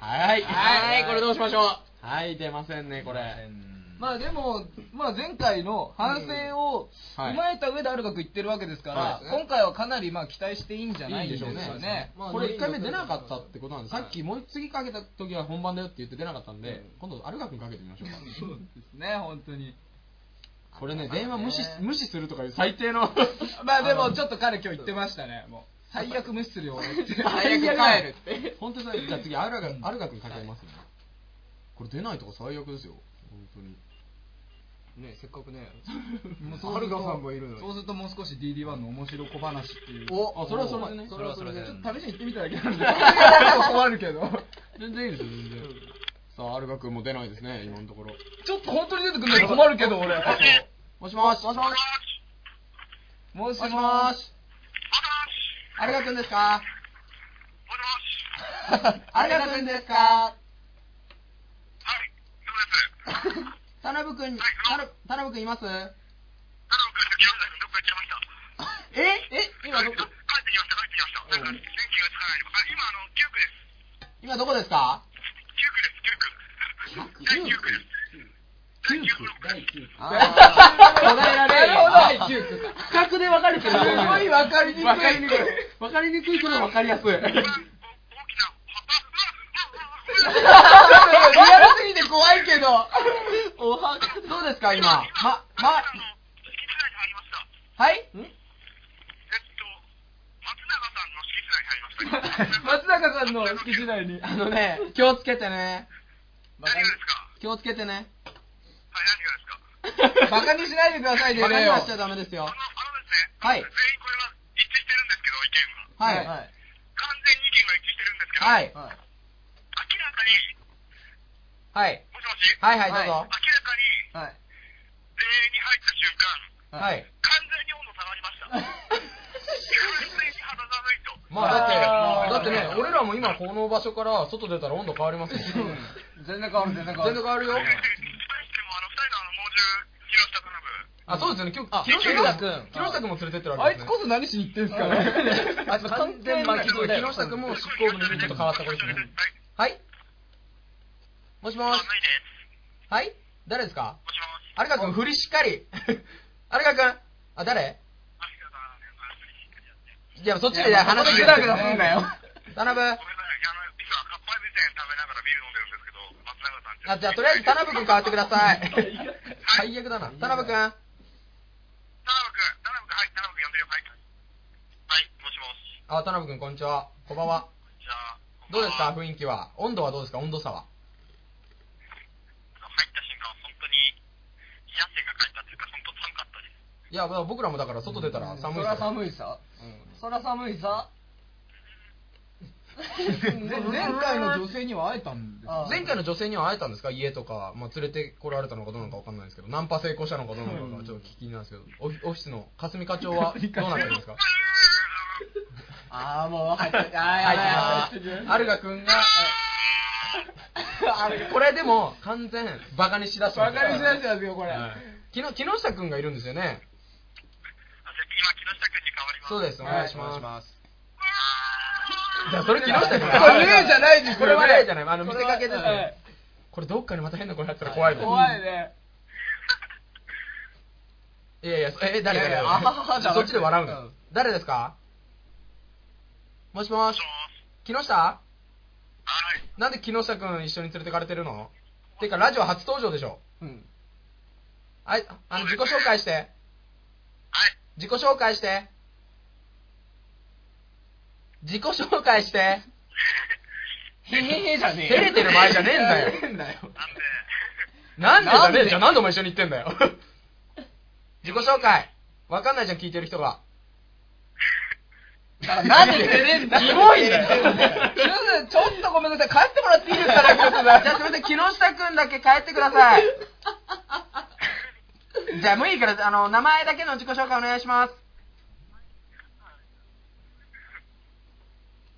[SPEAKER 1] はい
[SPEAKER 4] はいこれどうしましょう
[SPEAKER 1] はい出ませんねこれ
[SPEAKER 4] まあでも、まあ、前回の反省を
[SPEAKER 1] うんはい
[SPEAKER 4] 踏まえた上である学言ってるわけですから、
[SPEAKER 1] はい
[SPEAKER 4] 今回はかなりまあ期待していいんじゃない
[SPEAKER 1] いいでし
[SPEAKER 4] でしょ
[SPEAKER 1] ょ
[SPEAKER 4] う
[SPEAKER 1] う
[SPEAKER 4] か
[SPEAKER 1] ね
[SPEAKER 4] ね。
[SPEAKER 2] まあ
[SPEAKER 1] これ1回目出なかったってことなんでさっきもう次かけた時は本番だよって言って出なかったんで今度アルガ君かけてみま しょうか
[SPEAKER 4] そうですね、本当に。
[SPEAKER 1] これね電話無視無視するとかいう最低の
[SPEAKER 4] まあでもちょっと彼今日言ってましたね、もう。最悪無視するよ俺って。
[SPEAKER 1] て本当にじゃあ次アルガアルガ君かけますねこれ出ないとか最悪ですよ本当に
[SPEAKER 2] ねせっかくね
[SPEAKER 4] もうそうすると
[SPEAKER 1] はるかさんもいるのに
[SPEAKER 4] そうするともう少し DD1 の面白小話っていう。
[SPEAKER 1] おあそれはそれでね
[SPEAKER 4] それはそれで。ち
[SPEAKER 1] ち
[SPEAKER 4] ょ
[SPEAKER 1] ょ
[SPEAKER 4] っ
[SPEAKER 1] っ
[SPEAKER 4] と
[SPEAKER 1] と
[SPEAKER 4] 試
[SPEAKER 1] 試
[SPEAKER 4] し
[SPEAKER 1] し
[SPEAKER 4] に
[SPEAKER 1] に
[SPEAKER 4] 行ってみただけなんで。結構困るけど。
[SPEAKER 1] 全然いいですよ全然さあアルガ君も出ないですね今のところ
[SPEAKER 4] ちょっと本当に出てくんないと困るけど俺。
[SPEAKER 1] もしもしもしもし
[SPEAKER 4] もし
[SPEAKER 1] もし
[SPEAKER 4] も
[SPEAKER 1] も
[SPEAKER 4] し。
[SPEAKER 1] しアルガ君ですかもしもしアルガ君ですか田辺君、田辺田辺君いますええ今どこ今どこですか
[SPEAKER 4] なるほど
[SPEAKER 1] 区画で分かれてる
[SPEAKER 4] すごい分かりにくい
[SPEAKER 1] 分かりにくい分かりにくいけど分かりやすい
[SPEAKER 4] リアルすぎて怖いけど。
[SPEAKER 1] おはどうですか今まま
[SPEAKER 4] はい
[SPEAKER 11] 松永さんの敷地内に入りました。
[SPEAKER 4] 松坂さんの敷地内に。
[SPEAKER 1] あのね気をつけてね
[SPEAKER 4] バカに
[SPEAKER 1] 気をつけてね
[SPEAKER 11] はい、何がですか
[SPEAKER 4] バカにしないでくださいね、
[SPEAKER 1] バカに
[SPEAKER 4] レオ
[SPEAKER 1] はしちゃダメですよ
[SPEAKER 11] あの、あのですね、
[SPEAKER 1] はい
[SPEAKER 11] 全員これは一致してるんですけど、意見
[SPEAKER 1] は
[SPEAKER 11] が。
[SPEAKER 1] いはい
[SPEAKER 4] はい
[SPEAKER 11] 完全に意見が一致してるんですけど、
[SPEAKER 1] はい
[SPEAKER 11] 明らかに、
[SPEAKER 1] はい
[SPEAKER 11] もしもし、
[SPEAKER 1] はいはいどう
[SPEAKER 11] 明
[SPEAKER 1] ぞ
[SPEAKER 11] らかに、
[SPEAKER 4] はい。
[SPEAKER 11] 霊園に入った瞬間、
[SPEAKER 1] はい
[SPEAKER 11] 完全に温度下がり ました。完全に肌寒いと。
[SPEAKER 1] まあだ
[SPEAKER 4] あ
[SPEAKER 1] って
[SPEAKER 4] ー
[SPEAKER 1] だってね俺らも今この場所から外出たら温度変わりますよ
[SPEAKER 4] 全然変わる、全然変わる。
[SPEAKER 1] 全然変わるよ
[SPEAKER 11] 対しても、あの、二
[SPEAKER 1] あそうです
[SPEAKER 11] 人のあの、猛獣、木下田辺。
[SPEAKER 1] よね今日あ
[SPEAKER 11] 木下
[SPEAKER 1] 君木下君も連れてってるわ
[SPEAKER 4] あ
[SPEAKER 1] け
[SPEAKER 4] い
[SPEAKER 1] です
[SPEAKER 4] つ
[SPEAKER 1] ね
[SPEAKER 4] こそ何しに行ってんすかね。
[SPEAKER 1] あいつ完全巻き添えだよ木下君も執行部のちょっと変わった子ですね
[SPEAKER 11] はい、
[SPEAKER 1] はいもしもし
[SPEAKER 11] 寒いです。
[SPEAKER 1] はい誰ですか
[SPEAKER 11] もしもし。
[SPEAKER 1] 有賀君振りしっかり 有賀君あ誰
[SPEAKER 11] 明らかな年末にしっかりやって。
[SPEAKER 1] いやそっちで話
[SPEAKER 4] 話
[SPEAKER 1] して
[SPEAKER 4] グダグダすんなよ。
[SPEAKER 1] 田辺
[SPEAKER 11] ごめんなさい、あの、今、かっぱえびせん食べながらビール飲んでるんですけど、松
[SPEAKER 1] あじゃあとりあえず田辺君変わってください最悪だな田辺君はいあ田辺君こんにちはこんばんはどうですか雰囲気は温度はどうですか温度差はいやまあ僕らもだから外出たら寒い
[SPEAKER 4] そ
[SPEAKER 1] です
[SPEAKER 4] ら
[SPEAKER 1] よ
[SPEAKER 4] 寒いさ、そら寒い さね前回の女性には会えたんです
[SPEAKER 1] 前回の女性には会えたんですか家とか、まあ、連れてこられたのかどうなのかわかんないですけどナンパ成功したのかどうなのかちょっと気になるんですけどオフィオフィスの霞課 長はどうなったんですか
[SPEAKER 4] ああもう入ってあ
[SPEAKER 1] あ
[SPEAKER 4] あやばい
[SPEAKER 1] ーアルガ 君が
[SPEAKER 4] あれ
[SPEAKER 1] これでも完全バカにしだしてます
[SPEAKER 4] バカにしだしてますよこれ
[SPEAKER 1] 昨日木下君がいるんですよね今木下君に変わりますそうですお願いします,、じゃあそれ木下君
[SPEAKER 4] これ例じゃないですよね
[SPEAKER 1] これは例じゃないあの見
[SPEAKER 4] こ
[SPEAKER 1] せ
[SPEAKER 4] れは
[SPEAKER 1] かけです
[SPEAKER 4] はい
[SPEAKER 1] ねこれどっかにまた変な声入ったら怖いです
[SPEAKER 4] 怖いね
[SPEAKER 1] いやいや、そえ、誰
[SPEAKER 4] いやいや
[SPEAKER 1] 誰
[SPEAKER 4] あははじゃなく
[SPEAKER 1] そっ
[SPEAKER 4] て
[SPEAKER 1] ちで笑うの、誰ですかもしもし。木下なんで木下くん一緒に連れてかれてるのてか、ラジオ初登場でしょ。
[SPEAKER 4] うん
[SPEAKER 1] はい、あの、自己紹介して。はい。自己紹介して。自己紹介して。
[SPEAKER 4] へへへじゃねえ
[SPEAKER 1] 照れてる場合じゃねえんだよ
[SPEAKER 4] 照れてんだよ
[SPEAKER 1] なんでだ
[SPEAKER 4] なん
[SPEAKER 1] ね
[SPEAKER 4] で
[SPEAKER 1] じゃあ何でお前一緒に行ってんだよ。 自己紹介。わかんないじゃん、聞いてる人が。
[SPEAKER 4] だ から なんで照れんだ
[SPEAKER 1] キモい んだよ
[SPEAKER 4] ちょっとごめんなさい帰ってもらっていいですかね
[SPEAKER 1] じゃあすみません、木下くんだけ帰ってくだ さい。じゃあもういいから、あの、名前だけの自己紹介お願いします。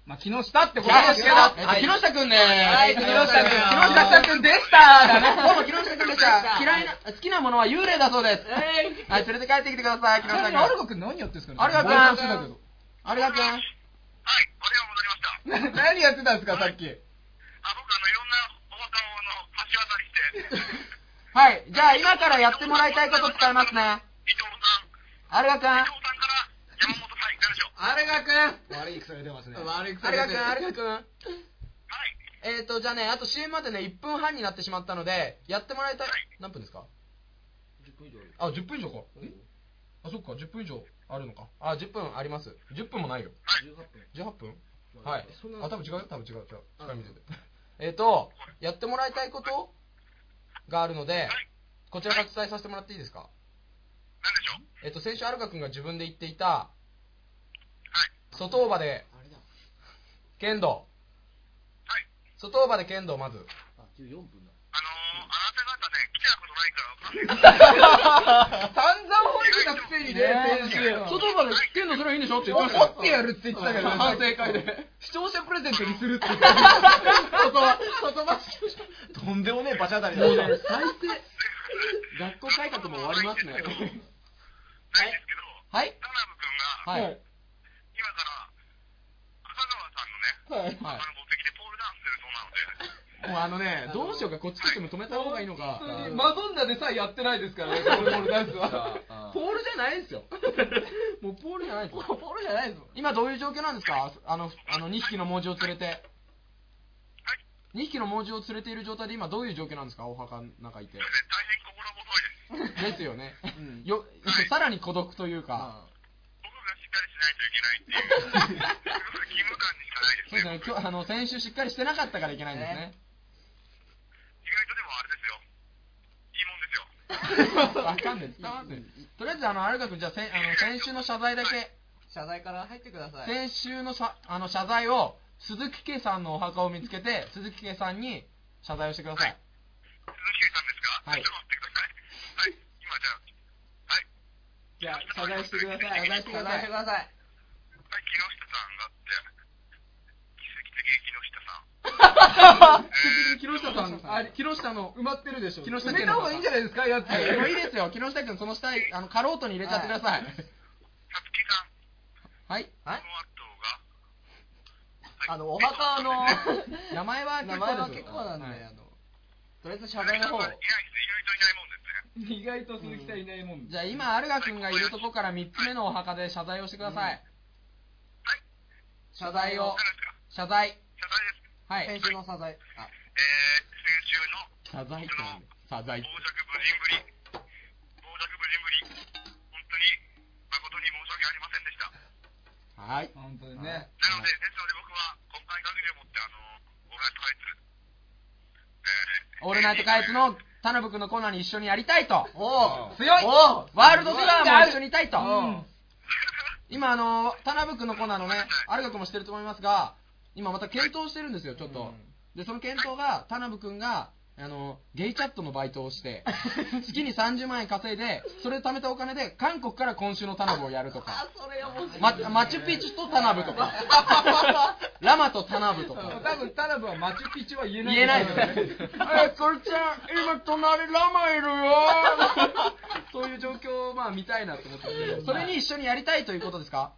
[SPEAKER 4] まあ木下ってこと
[SPEAKER 1] 木
[SPEAKER 4] ですよ
[SPEAKER 1] 下だ。木下くんね。
[SPEAKER 4] はい木下
[SPEAKER 1] 木
[SPEAKER 4] 君
[SPEAKER 1] 下くんでした。どうも木下くんでした。嫌いな、好きなものは幽霊だそうです。はい、連れて帰ってきてください、木
[SPEAKER 4] ちなみ
[SPEAKER 1] 下
[SPEAKER 4] にアル
[SPEAKER 1] くん。
[SPEAKER 4] ガ君何やってるんですかね
[SPEAKER 1] アルガ君
[SPEAKER 4] ぼーっとしてたけど
[SPEAKER 1] あれだくん。
[SPEAKER 4] 何やってたんですかさっき
[SPEAKER 1] はい、じゃあ今からやってもらいたいこと使いますね。あれがくん。あれがくん。
[SPEAKER 3] 悪い薬出ますね
[SPEAKER 1] 悪いあれがくん、あれがくん。はい。えっ、ー、と、じゃあね、あと CM までね、1分半になってしまったので、やってもらいたい。何分ですかあ、10分以上か。えあ、そっか、10分以上あるのか。あ、10分あります。10分もないよ。18分 ?18 分はい。あ、多分違うよ、多分違う、違う。近い見てて。 えっと、やってもらいたいことがあるので、こちらから伝えさせてもらっていいですかえっと、先週、アルカ君が自分で言っていた、外場で、剣 道。外場で剣道、まず。
[SPEAKER 4] 散々吠えてたくせにね先週
[SPEAKER 1] 外場で剣道すればいいんでしょって言ってました
[SPEAKER 4] 怒ってやるって言ってたけどね
[SPEAKER 1] 反省
[SPEAKER 4] 会で視聴者プレゼントにするって言って
[SPEAKER 3] とんでもねえバチ当たりだ
[SPEAKER 2] もうね、最低。学校改革も終わりますね。
[SPEAKER 1] はい。
[SPEAKER 2] はい。
[SPEAKER 1] はい。もうあのね、どうしようか、こっち来ても止めた方がいいのか。
[SPEAKER 4] マドンナでさえやってないですからねポールポールダンスは
[SPEAKER 1] ポールじゃないですよ。もうポールじゃないですよ。
[SPEAKER 4] ポールじゃないぞ
[SPEAKER 1] 今どういう状況なんですかあの、あの、2匹の猛獣を連れて。2匹の猛獣を連れている状態で今どういう状況なんですかお墓の中いて。大変心細いです。ですよね。よ、さらに孤独というか。僕がしっかりしないといけないっていう、義務感にしかないですね。そうですね。今日、あの、先週しっかりしてなかったからいけないんですね。わかんない。伝わんない。とりあえず、あの、アルカ君、じゃあ、せんあの先週の謝罪だけ、
[SPEAKER 2] 謝罪から入ってください。
[SPEAKER 1] 先週のさあの謝罪を、鈴木家さんのお墓を見つけて、鈴木家さんに謝罪をしてください。鈴木家さんですかはい。
[SPEAKER 4] じゃあ謝罪してください謝罪してください
[SPEAKER 2] ださい。
[SPEAKER 1] 木下さん、あ木下の、
[SPEAKER 4] 埋まってるでしょ
[SPEAKER 1] 木下
[SPEAKER 4] 埋めた方がいいんじゃないですかやって
[SPEAKER 1] はいもういいですよ、木下君、その下に、あの、カロートに入れちゃってください。はい。はい。
[SPEAKER 2] あの、お墓 の、
[SPEAKER 1] 名前は結
[SPEAKER 2] 名
[SPEAKER 1] 構
[SPEAKER 2] 前は
[SPEAKER 1] です
[SPEAKER 2] 結構なんで、
[SPEAKER 1] はい
[SPEAKER 2] あの、とりあえず謝罪の方を。
[SPEAKER 4] 意外と鈴木さんいないもん
[SPEAKER 1] じゃあ、今、アルガ君がいるとこから3つ目のお墓で謝罪をしてください。
[SPEAKER 2] 謝罪を。
[SPEAKER 1] 謝罪。はい。
[SPEAKER 2] 先週の謝罪。あ、
[SPEAKER 11] えー、すいませ
[SPEAKER 1] サザ
[SPEAKER 11] ん、あの、
[SPEAKER 1] イってなんだよサザイ
[SPEAKER 4] はい。本当にね。
[SPEAKER 1] オールナイトカイツの田辺君のコーナーに一緒にやりたいと
[SPEAKER 4] おう
[SPEAKER 1] 強い
[SPEAKER 4] おう
[SPEAKER 1] ワールドツアーも一緒にいたいと
[SPEAKER 4] うん
[SPEAKER 1] うん今あの田辺君のコーナーのね有賀君もしてると思いますが今また検討してるんですよちょっとでその検討が田辺君があのゲイチャットのバイトをして 月に30万円稼いでそれを貯めたお金で韓国から今週の田辺をやるとか
[SPEAKER 4] それはも
[SPEAKER 1] まマチュピチュと田辺と かラマと田辺とか
[SPEAKER 4] 多分タナブはマチュピチュは言えない。
[SPEAKER 1] 言えないです
[SPEAKER 4] です
[SPEAKER 1] ね。 え、これちゃん、今隣ラマいる よ。そういう状況をまあ見たいなと思ってますけどそれに一緒にやりたいということですか。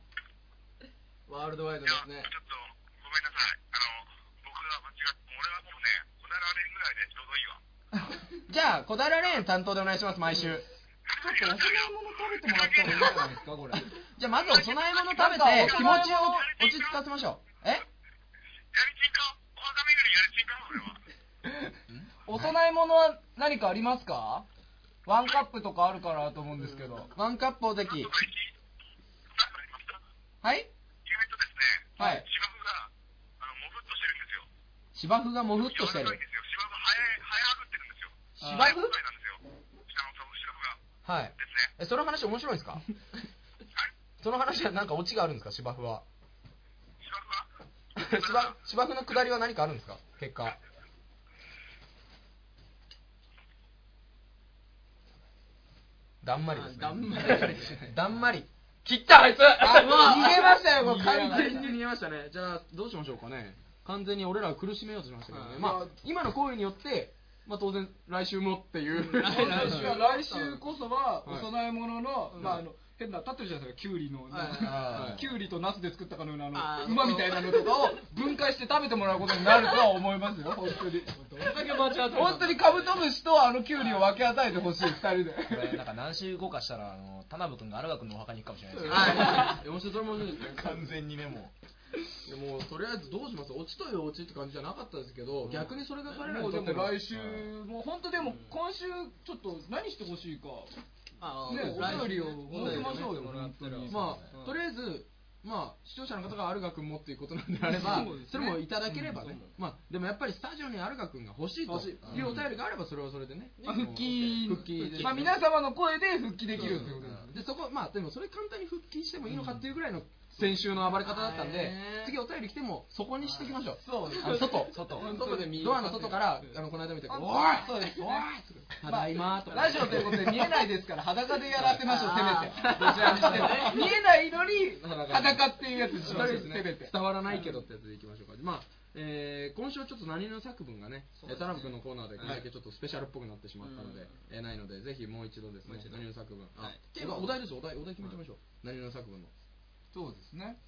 [SPEAKER 1] ワールドワイドですね。 じゃあ、小平レーン担当でお願いします、毎週。
[SPEAKER 4] ちょっとお供え物食べてもらった方がいいんじゃないですか、これ。
[SPEAKER 1] じゃあ、まずお供え物食べ
[SPEAKER 4] な
[SPEAKER 1] て、
[SPEAKER 4] んか
[SPEAKER 1] 気持ちを落ち着かせましょう。え
[SPEAKER 4] お供え物は何かありますかワンカップとかあるかなと思うんですけど。
[SPEAKER 1] ワンカップおでき。はいはい。芝生がもふっとしてる。芝生はい。え、その話面白 いんですかその話はなんかオチがあるんですか芝生は。芝生は芝生の下りは何かあるんですか結果。だんまりですね。だんまり。だんまり。切ったあ いつ
[SPEAKER 4] あ
[SPEAKER 1] うわ
[SPEAKER 4] 逃げましたよもう完全に
[SPEAKER 1] 逃げましたね。じゃあ、どうしましょうかね。完全に俺らを苦しめようとしましたけどね。まあ、今の行為によって、まあ当然、来週もっていう。
[SPEAKER 4] 来週は来週こそは
[SPEAKER 1] はい
[SPEAKER 4] お供え物の、
[SPEAKER 1] うん
[SPEAKER 4] まああの変な立ってるじゃないですかきゅうりの、
[SPEAKER 1] はい
[SPEAKER 4] きゅうりとナスで作ったかのようなあ
[SPEAKER 1] あ
[SPEAKER 4] の
[SPEAKER 1] ー
[SPEAKER 4] 馬みたいなのとかを分解して食べてもらうことになるとは思いま すよ本当に本当にカブトムシとあのきゅうりを分け与えてほしい二人で
[SPEAKER 2] これなんか何週後かしたらあの田辺君が荒川君のお墓に行くかもしれないですよ
[SPEAKER 1] はい。面白い、それも面白いですね。
[SPEAKER 2] 完全にねも
[SPEAKER 1] いやもうとりあえずどうします落ちという落ちって感じじゃなかったですけど、逆にそれが彼らに
[SPEAKER 4] もう
[SPEAKER 1] と
[SPEAKER 4] で
[SPEAKER 1] って
[SPEAKER 4] も
[SPEAKER 1] の
[SPEAKER 4] 来週もう本当でも今週ちょっと何してほしいか
[SPEAKER 1] あ
[SPEAKER 4] ねお便りを設けましょうよ
[SPEAKER 1] お便りをね
[SPEAKER 4] 本当に
[SPEAKER 1] ま
[SPEAKER 4] うん
[SPEAKER 1] あとりあえずまあ視聴者の方がアルガ君もっていうことなんであれば
[SPEAKER 4] そうですね
[SPEAKER 1] それもいただければね
[SPEAKER 4] うん
[SPEAKER 1] まあでもやっぱりスタジオにアルガ君が欲しいと
[SPEAKER 4] 欲しい
[SPEAKER 1] いうお便りがあればそれはそれでね
[SPEAKER 4] まあ復帰
[SPEAKER 1] 復帰で
[SPEAKER 4] まあ皆様の声で復帰できるってことです
[SPEAKER 1] でそこまあでもそれ簡単に復帰してもいいのかっていうぐらいの先週の暴れ方だったんで
[SPEAKER 4] へー
[SPEAKER 1] 次お便り来てもそこにしていきましょう
[SPEAKER 4] そうです
[SPEAKER 1] あの外
[SPEAKER 4] 外
[SPEAKER 1] 外でドアの外からあのこの間みたいに「おい!」
[SPEAKER 4] そうですね
[SPEAKER 1] ただいまとか
[SPEAKER 4] ラジオということで 見えないですから裸でやらせましょうせめて
[SPEAKER 1] あー
[SPEAKER 4] どちらにしても見えないのに
[SPEAKER 1] 裸
[SPEAKER 4] 裸っていうやつにしましょう
[SPEAKER 1] と
[SPEAKER 4] せ
[SPEAKER 1] りあえずね
[SPEAKER 4] めて
[SPEAKER 1] 伝わらないけどってやつでいきましょうかまあえー今週はちょっと何の作文がね、えー田辺君のコーナーでこれだけちょっとスペシャルっぽくなってしまったので、えーないので、ぜひもう一度ですね、何の作文、あてかお題です、お題、お題決めてみましょう、何の作文の、
[SPEAKER 4] そうですね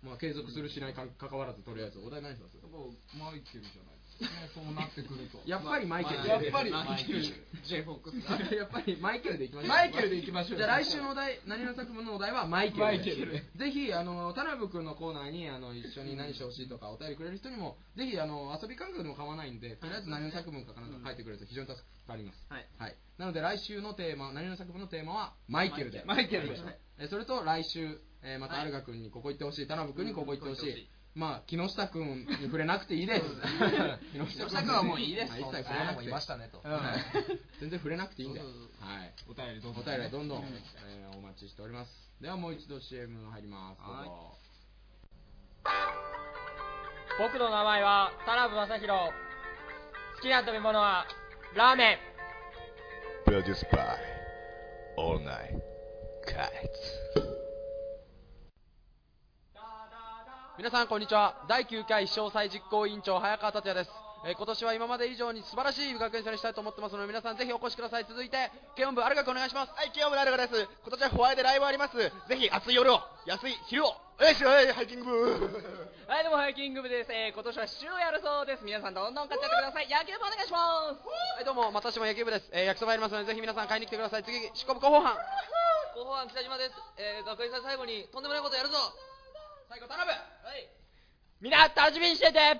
[SPEAKER 1] まあ、継続する、しないかかわらず、とりあえず、お題何します
[SPEAKER 4] もうマイケルじゃないですかねそうなってくると
[SPEAKER 1] やっぱりマイケル、
[SPEAKER 4] やっぱり
[SPEAKER 1] マイケル
[SPEAKER 4] J フォッ ク
[SPEAKER 1] やっぱりマイケルでいきましょう
[SPEAKER 4] マイケルでいきましょう
[SPEAKER 1] じゃあ来週のお題何の作文のお題はマイケルで
[SPEAKER 4] マイケルで
[SPEAKER 1] ぜひあの田辺君のコーナーにあの一緒に何してほしいとかお便りくれる人にもぜひあの遊び感覚でも構わないんでとりあえず何の作文かかなんか書いてくれると非常に助かります
[SPEAKER 12] はい、
[SPEAKER 1] なので来週のテーマ何の作文のテーマはマイケルで
[SPEAKER 4] マイケルで
[SPEAKER 1] えそれと来週、えーまたアルガ君にここ行ってほしい田辺君にここ行ってほしい、まあ木下君に触れなくていいです
[SPEAKER 12] 木下君はもういいです
[SPEAKER 1] 一切触れなくて
[SPEAKER 2] いましたねと
[SPEAKER 1] うん全然触れなくていいんで、はい、
[SPEAKER 4] お便りどんど
[SPEAKER 1] お
[SPEAKER 4] ん
[SPEAKER 1] 便りどんどん、えーお待ちしております。ではもう一度 CM 入ります。どうぞ
[SPEAKER 13] 僕の名前は田辺正宏好きな食べ物はラーメン
[SPEAKER 8] プロデュースバイオールナイトカイツ
[SPEAKER 14] 皆さんこんにちは第9回詳細実行委員長早川達也です、えー今年は今まで以上に素晴らしい学園祭にしたいと思ってますので皆さんぜひお越しください続いて慶音部アルガ君お願いします
[SPEAKER 15] はい、清村ルガです。今年はホワイトライブあります。ぜひ熱い夜を、安い昼を、お願いします。はいハイキング部。
[SPEAKER 16] はい、どうも、ハイキング部です。えー、今年は週をやるそうです。皆さん、どんどん買っちゃってください。野球部お願いします。
[SPEAKER 14] はいどうも私も野球部です、えー、焼きそばやりますのでぜひ皆さん買いに来てください次執行部広報班
[SPEAKER 12] 広報案北島です、えー、学園祭最後にとんでもないことやるぞ最後頼むはい
[SPEAKER 16] みんな、楽しみにしてて。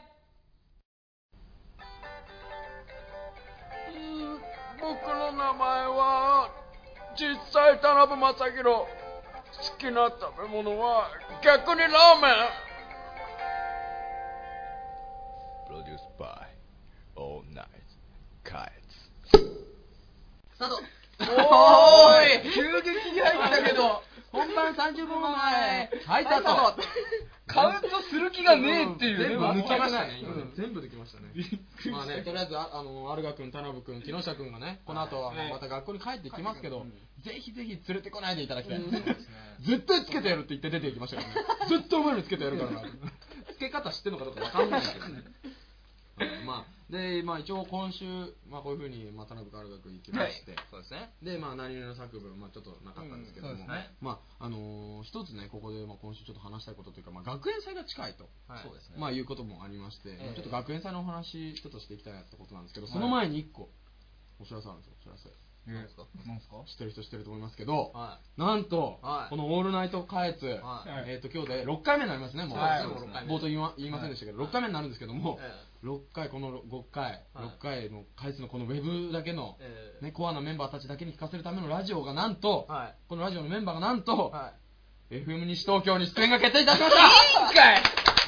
[SPEAKER 17] 僕の名前は実際田辺正宏好きな食べ物は逆にラーメ
[SPEAKER 18] プロデュースバイオーナイトカイ
[SPEAKER 2] スタート
[SPEAKER 4] おーい急激に入ったけど
[SPEAKER 2] 本番30分前
[SPEAKER 4] はいスタートカウントする気がねえっていう
[SPEAKER 1] 全部抜きましたね、
[SPEAKER 4] う
[SPEAKER 1] 今
[SPEAKER 4] ん
[SPEAKER 1] ね全部抜きましたね。 まあね、とりあえず、ああの、アルガ君、田辺君、木下君がね、この後はもうまた学校に帰ってきますけど、ぜひぜひ連れてこないでいただきたい。絶対つけてやるって言って出ていきました からね。絶対お前らにつけてやるからな。つけ方知ってるのかどうかわかんないけど ね。うんまあ、で、まあ一応今週、まあこういうふうに、まあ田辺君、アルガ君行きまして、
[SPEAKER 2] そうですね
[SPEAKER 1] で、まあ、何々の作文、まあ、ちょっとなかったんですけども、
[SPEAKER 2] うんそうですね
[SPEAKER 1] まあ、あのー一つね、ここで、まあ、今週ちょっと話したいことというか、まあ、学園祭が近いと、
[SPEAKER 2] はいそうですね
[SPEAKER 1] まあ、いうこともありまして、
[SPEAKER 2] ええ
[SPEAKER 1] まあちょっと学園祭のお話、ちょっとしていきたいなってことなんですけど、その前に一個、お知らせあるんですよ、お知らせ。
[SPEAKER 4] なんすかなんすか
[SPEAKER 1] 知ってる人知ってると思いますけど、
[SPEAKER 2] は
[SPEAKER 1] なんと、
[SPEAKER 2] はい
[SPEAKER 1] このオールナイト開発、
[SPEAKER 2] はい
[SPEAKER 1] えっ、と、今日で6回目になりますね、もう。
[SPEAKER 2] はい
[SPEAKER 1] そうです
[SPEAKER 2] そう
[SPEAKER 1] ね
[SPEAKER 2] ですね
[SPEAKER 1] 冒頭言いま言いませんでしたけど、6回目になるんですけども、
[SPEAKER 2] え
[SPEAKER 1] 6回、この5回、6回の開発のこのウェブだけの、
[SPEAKER 2] ええ
[SPEAKER 1] ね、コアなメンバーたちだけに聞かせるためのラジオがなんと、このラジオのメンバーがなんと、FM 西東京に出演が決定いたしました
[SPEAKER 4] いいんかい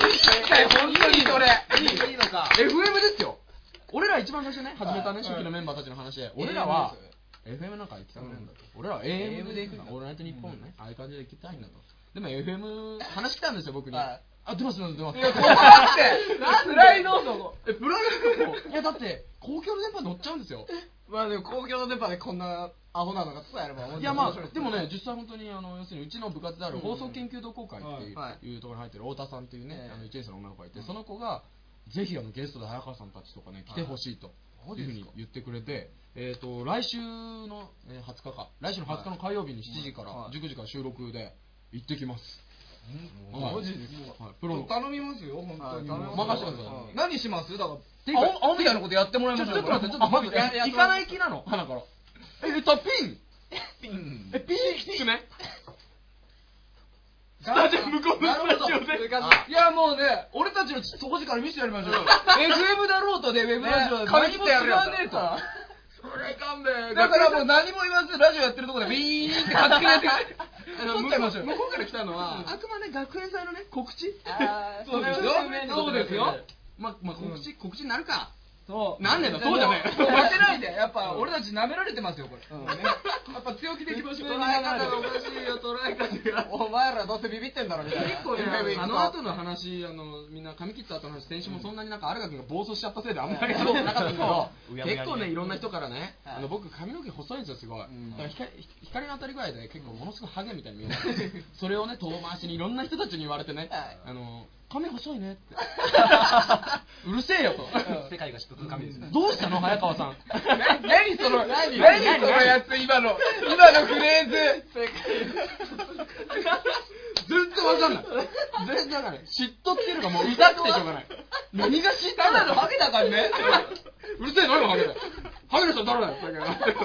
[SPEAKER 4] いいんかい本当にそれ
[SPEAKER 1] いいのか FM ですよ俺ら一番最初ね始めたね初期のメンバーたちの話で俺らは FM なんか行きたくないんだと俺らは AM で行くんだオールナイトニッポンねああいう感じで行きたいんだとでも FM 話来たんですよ僕にあ出ます出ます出ます
[SPEAKER 4] いや怖って辛いのそこ
[SPEAKER 1] えプライドどこいやだって公共の電波乗っちゃうんですよ
[SPEAKER 2] まあでも公共の電波でこんなアホなのが伝えれば面白
[SPEAKER 1] いやま
[SPEAKER 2] 面白
[SPEAKER 1] あでもね実際本当にあの要するにうちの部活である放送研究同好会っていう,、
[SPEAKER 2] うんはい
[SPEAKER 1] ところに入ってる太田さんっていうね、
[SPEAKER 2] ええ
[SPEAKER 1] あの1年生の女の子がいて、その子がぜひあのゲストで早川さんたちとかね来てほしいと
[SPEAKER 2] マ
[SPEAKER 1] い
[SPEAKER 2] ジ
[SPEAKER 1] う
[SPEAKER 2] で
[SPEAKER 1] ふう
[SPEAKER 2] すか
[SPEAKER 1] に言ってくれて、えー、と来週のえー20日か来週の20日の火曜日に7時から、19時から収録で行ってきます、はい
[SPEAKER 4] マジですか
[SPEAKER 1] はい、プロの
[SPEAKER 4] 頼みますよ本当に
[SPEAKER 1] はい頼みますよ任せてください
[SPEAKER 4] うん何しますだから
[SPEAKER 1] ていうか
[SPEAKER 4] 青青みたいなことやってもらいましょ
[SPEAKER 1] ちょちょ
[SPEAKER 4] う
[SPEAKER 1] っと待ってちょっと待って
[SPEAKER 4] あまず
[SPEAKER 1] 行かない気なの花からええっとピン
[SPEAKER 4] ピン
[SPEAKER 1] えピンきつね
[SPEAKER 4] スタジオ向こうのスタジオでいやもうね俺たちの底力見せてやりましょうよ FM だろうとねウェブラジオ
[SPEAKER 1] ね
[SPEAKER 4] 紙切ってやるやつ
[SPEAKER 1] 紙切ってやるや
[SPEAKER 4] それ勘弁だからもう何も言わずラジオやってるとこでウィーンって勝手にやって
[SPEAKER 1] あの
[SPEAKER 4] 取
[SPEAKER 1] 向こ
[SPEAKER 4] っちゃいうましょう
[SPEAKER 1] 向こうから来たのは、
[SPEAKER 4] うん
[SPEAKER 1] あくまで学園祭のね、告知
[SPEAKER 4] あー
[SPEAKER 1] そうですよ
[SPEAKER 4] それは有名なことですよ
[SPEAKER 1] ま、まあ、告知、告知になるか。
[SPEAKER 4] そう
[SPEAKER 1] なんでだそうじゃねえ
[SPEAKER 4] でもやってないでやっぱ俺たち舐められてますよこれねやっぱ強気でいきましょう
[SPEAKER 1] 捉え方がおかしいよ、捉え方が。
[SPEAKER 2] お前らどうせビビってんだろみたいな
[SPEAKER 1] 結構ね
[SPEAKER 2] FM 行く、と
[SPEAKER 1] あの後の話、あの、みんな髪切った後の話、先週もそんなになんか、アルガ君が暴走しちゃったせいであんまり話せなかったんだ
[SPEAKER 2] そうう
[SPEAKER 1] けど、
[SPEAKER 2] やむやに
[SPEAKER 1] 結構ね、いろんな人からね、
[SPEAKER 2] はい
[SPEAKER 1] あの、僕髪の毛細いんですよ、すごい。だから光光の当たり具合で結構ものすごいハゲみたいに見える。それをね、遠回しにいろんな人たちに言われてね、あの、髪細いねって。うるせえよと。
[SPEAKER 3] 世界が一つの神ですね。
[SPEAKER 1] どうしたの早川さん。
[SPEAKER 4] 何その
[SPEAKER 1] 何
[SPEAKER 4] 何
[SPEAKER 1] 何
[SPEAKER 4] そのやつ今の今のフレーズ
[SPEAKER 1] 全然わかんない。全然わかんない。嫉妬っていうのがもう痛くてしょうがない。何が嫉妬ただのハゲだからね。うるせえのよ、ハゲだ。ハゲの人誰だよ。だけど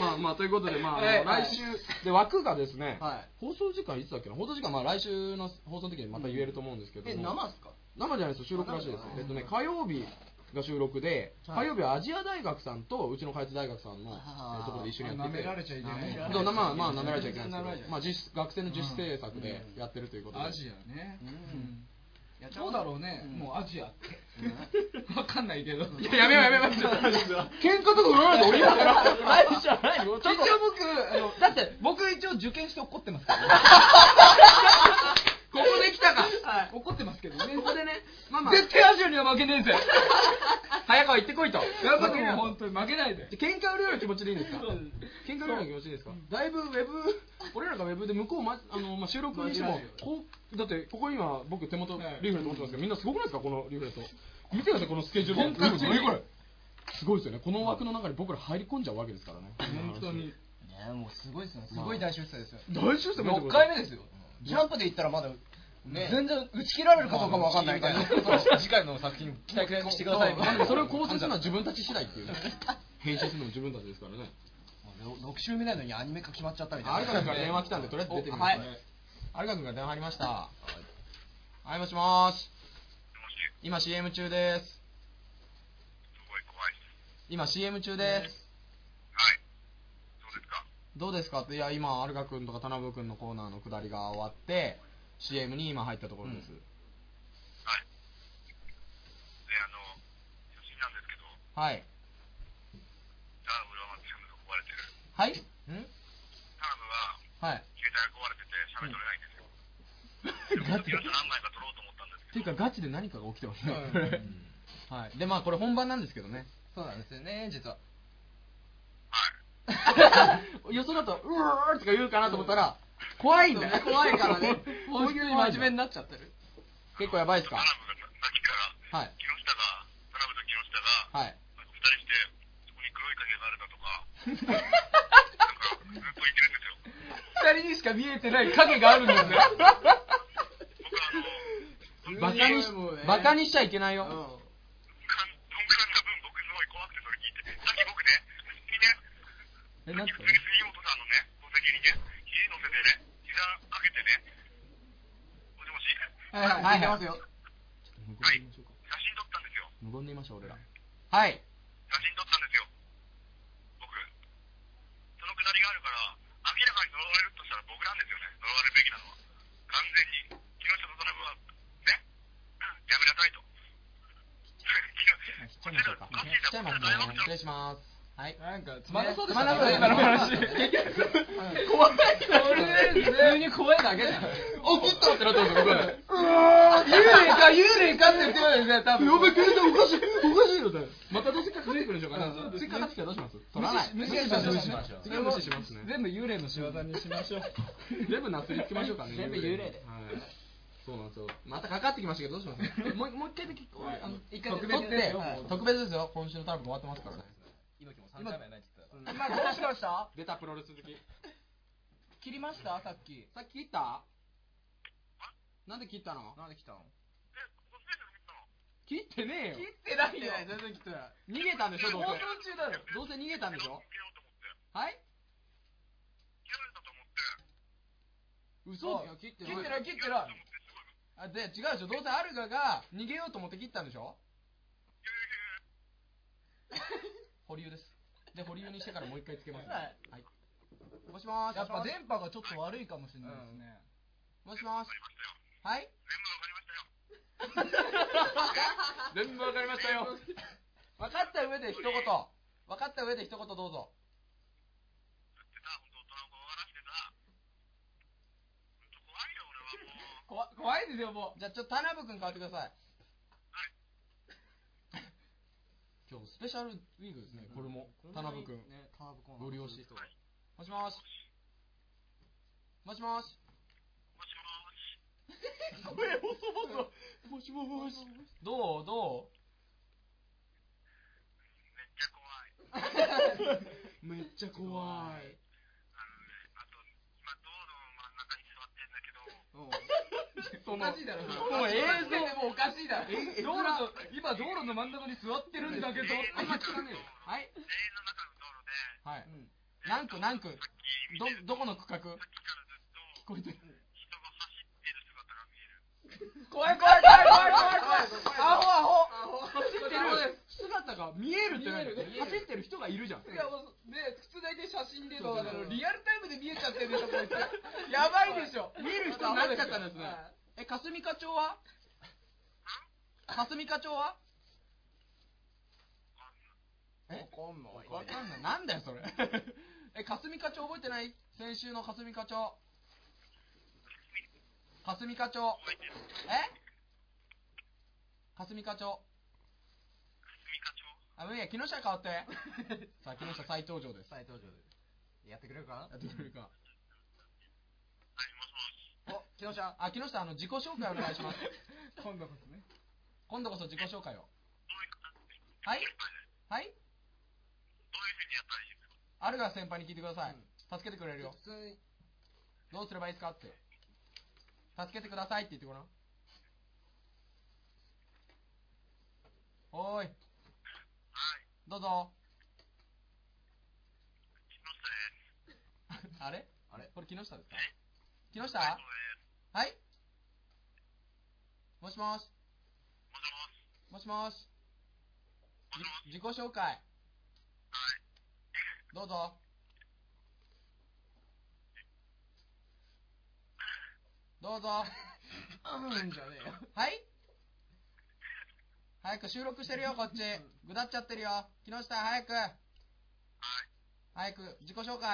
[SPEAKER 1] まあまあ、ということで、まあ、
[SPEAKER 2] はい
[SPEAKER 1] あの
[SPEAKER 2] はい
[SPEAKER 1] 来週、で、枠がですね、放送時間いつだっけな放送時間、まあ来週の放送の時にまた言えると思うんですけども、
[SPEAKER 2] え生っすか
[SPEAKER 1] 生じゃないですよ、収録らしいです
[SPEAKER 2] あ。
[SPEAKER 1] えっとね、火曜日が収録で、
[SPEAKER 2] は
[SPEAKER 1] 火
[SPEAKER 2] い
[SPEAKER 1] 曜日はアジア大学さんと、うちの開発大学さんの
[SPEAKER 2] あ
[SPEAKER 1] え
[SPEAKER 2] ー
[SPEAKER 1] ーところで一緒にやってて。
[SPEAKER 4] 舐められちゃいけない
[SPEAKER 1] そうまあ、まあ、舐められちゃいけないんです
[SPEAKER 4] 舐めら
[SPEAKER 1] けど、
[SPEAKER 4] れちゃいけない
[SPEAKER 1] まあ、自主学生の自主制作でやってるということで。
[SPEAKER 4] アジアねどうだろうねもうアジアって わかんないけど
[SPEAKER 1] いややめようやめよう喧嘩とか売らないで降りるから
[SPEAKER 4] ないじゃないよ
[SPEAKER 1] ちょっと
[SPEAKER 4] 一応僕あのだって僕一応受験して怒ってますから ここで来たか怒ってますけどね
[SPEAKER 1] ここでね、まあまあ、
[SPEAKER 4] 絶対アジアには負けね えぜ
[SPEAKER 1] 早川行ってこいと。
[SPEAKER 4] やっぱもう本当に負けないで
[SPEAKER 1] 喧嘩売るような気持ちでいいんですか喧嘩売るような気持ちでいいですかだいぶウェブ、俺らがウェブで向こう、ま、あの、まあ、収録にしても、こう、だって、ここ今、僕手元、リーフレット持ってますけど、みんなすごくないですかこのリーフレット。見てください、このスケジュール。
[SPEAKER 4] 本格的
[SPEAKER 1] 何これすごいですよね。この枠の中に僕ら入り込んじゃうわけですからね。
[SPEAKER 4] 本当に
[SPEAKER 2] ねもうすごいですね
[SPEAKER 1] すごい
[SPEAKER 2] 大出世ですよ
[SPEAKER 1] 大出世もいいってこと
[SPEAKER 2] 6回目ですよジャンプで言ったらまだね
[SPEAKER 4] 全然打ち切られるかどうかもわかんないから
[SPEAKER 3] 次回の作品期待してください。
[SPEAKER 1] そうなんでそれを構成するのは自分たち次第っていうね編集するのも自分たちですからね
[SPEAKER 2] 6週目なのにアニメ化決まっちゃったみたいな
[SPEAKER 1] あるか君から電話来たんでとりあえず出てみま
[SPEAKER 2] は
[SPEAKER 1] す
[SPEAKER 2] い
[SPEAKER 1] ねあるか君から電話ありましたはいもしもーし今 CM 中です
[SPEAKER 4] 今 CM 中です
[SPEAKER 1] どうですかっていや今アルガ君とか田辺君のコーナーの下りが終わって CM に今入ったところです、
[SPEAKER 11] で、あの、写真なんですけど、
[SPEAKER 1] はい
[SPEAKER 11] タラブは全部壊れてる。
[SPEAKER 1] はいん
[SPEAKER 11] タラブは
[SPEAKER 1] はい
[SPEAKER 11] 携帯が壊れてて、写メ撮れないんです
[SPEAKER 1] ガチで
[SPEAKER 11] よ。何枚か撮ろうと思ったんです
[SPEAKER 1] ていうかガチで何かが起きてますね、これはいでまあこれ本番なんですけど ね
[SPEAKER 4] そうなんですよね実は
[SPEAKER 1] よそだと「うわ!」とか言うかなと思ったら怖いんだよ
[SPEAKER 4] 怖いからね
[SPEAKER 1] こういう
[SPEAKER 4] 本当に
[SPEAKER 1] 真面目になっちゃってる結構やばいですかはいはい
[SPEAKER 4] 二人にしか見えてない影があるんですよ
[SPEAKER 1] バカにし
[SPEAKER 4] もうね
[SPEAKER 1] バカにしちゃいけないよ、えなんて聞いてますよ
[SPEAKER 4] はいはいはいはい
[SPEAKER 1] 無言でいましょう俺ら
[SPEAKER 4] はい
[SPEAKER 1] 来ちゃいますね失礼しますはい
[SPEAKER 4] なんか
[SPEAKER 1] つ
[SPEAKER 4] つ
[SPEAKER 1] ま
[SPEAKER 4] ま
[SPEAKER 1] ん
[SPEAKER 4] ん
[SPEAKER 1] なそ
[SPEAKER 4] なそうう
[SPEAKER 1] で
[SPEAKER 4] で
[SPEAKER 1] し
[SPEAKER 4] したた
[SPEAKER 1] ね
[SPEAKER 4] ね
[SPEAKER 1] 今
[SPEAKER 4] 今
[SPEAKER 1] の話怖い
[SPEAKER 4] の 話急に怖いだけじゃん
[SPEAKER 1] 起きたってなったんですよ僕
[SPEAKER 4] 幽霊か幽霊かって言ってるんですね多分
[SPEAKER 1] やべ携帯おかしいおかしいよねまたどうせかかってくるんでしょうかね追加が来たらどうします取らない
[SPEAKER 4] 無視しましょう
[SPEAKER 1] 次は無視しますね
[SPEAKER 4] 全部幽霊の仕業にしましょう
[SPEAKER 1] 全部なすりつけましょうかね
[SPEAKER 4] 全部幽霊で
[SPEAKER 1] はいそうなんですよまたかかってきましたけどどう しますもうもう一回だけこうあの
[SPEAKER 4] 一回だけ
[SPEAKER 1] 特別ですよ
[SPEAKER 4] はい
[SPEAKER 1] もう特別ですよ今週のターン終わってますからね
[SPEAKER 3] 猪木も3回目やないって言ってた
[SPEAKER 4] 今どうしました
[SPEAKER 1] 出たプロレス好き
[SPEAKER 4] 切りましたさっき
[SPEAKER 1] さっき切ったなんで切ったの
[SPEAKER 4] なんで来たの
[SPEAKER 1] 切ってねえよ
[SPEAKER 4] 切ってないよ全然来てない
[SPEAKER 1] 逃げたんでしょどう
[SPEAKER 4] 放送
[SPEAKER 1] せ
[SPEAKER 4] 中だろ
[SPEAKER 1] どうせ逃げたんでしょはい嘘
[SPEAKER 4] あ切ってない切ってない
[SPEAKER 1] あで違うでしょどうせアルガが逃げようと思って切ったんでしょ保留ですで保留にしてからもう一回つけますね
[SPEAKER 4] はい
[SPEAKER 1] はいもしもーし
[SPEAKER 4] やっぱ電波がちょっと悪いかもしれないですね
[SPEAKER 1] もしもーしはい全部わかりましたよ分かった上で一言分かった上で一言どうぞ
[SPEAKER 4] 怖怖いですよもう
[SPEAKER 1] じゃあちょっと田辺君変わってください今日スペシャルウィークですね、これも田辺君
[SPEAKER 4] ね田辺君
[SPEAKER 1] ご利用しもしもーしもしもーし
[SPEAKER 4] これ細々もしもし
[SPEAKER 1] どうどうめっちゃ怖い
[SPEAKER 4] おかしいだろそれ
[SPEAKER 1] もう映像
[SPEAKER 4] でもうおかしいだろ
[SPEAKER 1] え
[SPEAKER 4] 道路の今道路の真ん中に座ってるんだけど
[SPEAKER 1] あんま聞かねえよはいはい、何区何区どどこの区画聞こえてる
[SPEAKER 4] 怖い怖い怖い怖い怖い怖いアホアホ
[SPEAKER 1] 走ってる姿が見えるって何走ってる人がいるじゃん
[SPEAKER 4] いやもうね普通大体写真でとかだけどリアルタイムで見えちゃってるでしょこいつやばいでしょ
[SPEAKER 1] 見える人になっちゃったんですねえ霞課長は霞課長はえわかんないなんだよそれえ霞課長覚えてない先週の霞課長霞課長え霞課長あ、いいや、木下変わって。 さあ、木下再登場です。
[SPEAKER 2] 再登場ですやってくれるか
[SPEAKER 1] やってくれるか。
[SPEAKER 2] なお木下
[SPEAKER 1] あ、木下、あの、自己紹介お願い します。
[SPEAKER 4] 今度こそね
[SPEAKER 1] 今度こそ自己紹介を。はいはいあるが先輩に聞いてください。助けてくれるよ。
[SPEAKER 2] 普通に
[SPEAKER 1] どうすればいいですかって。助けてくださいって言ってごらん。おーい。どうぞ。あれあれこれ木下ですか木下はいもしもしもしもしじ自己紹介
[SPEAKER 19] どうぞ。どうぞ。
[SPEAKER 4] うんじゃねえよ。
[SPEAKER 19] はい早く収録してるよ、こっち。ぐだっちゃってるよ。木下、早く。早く、自己紹介。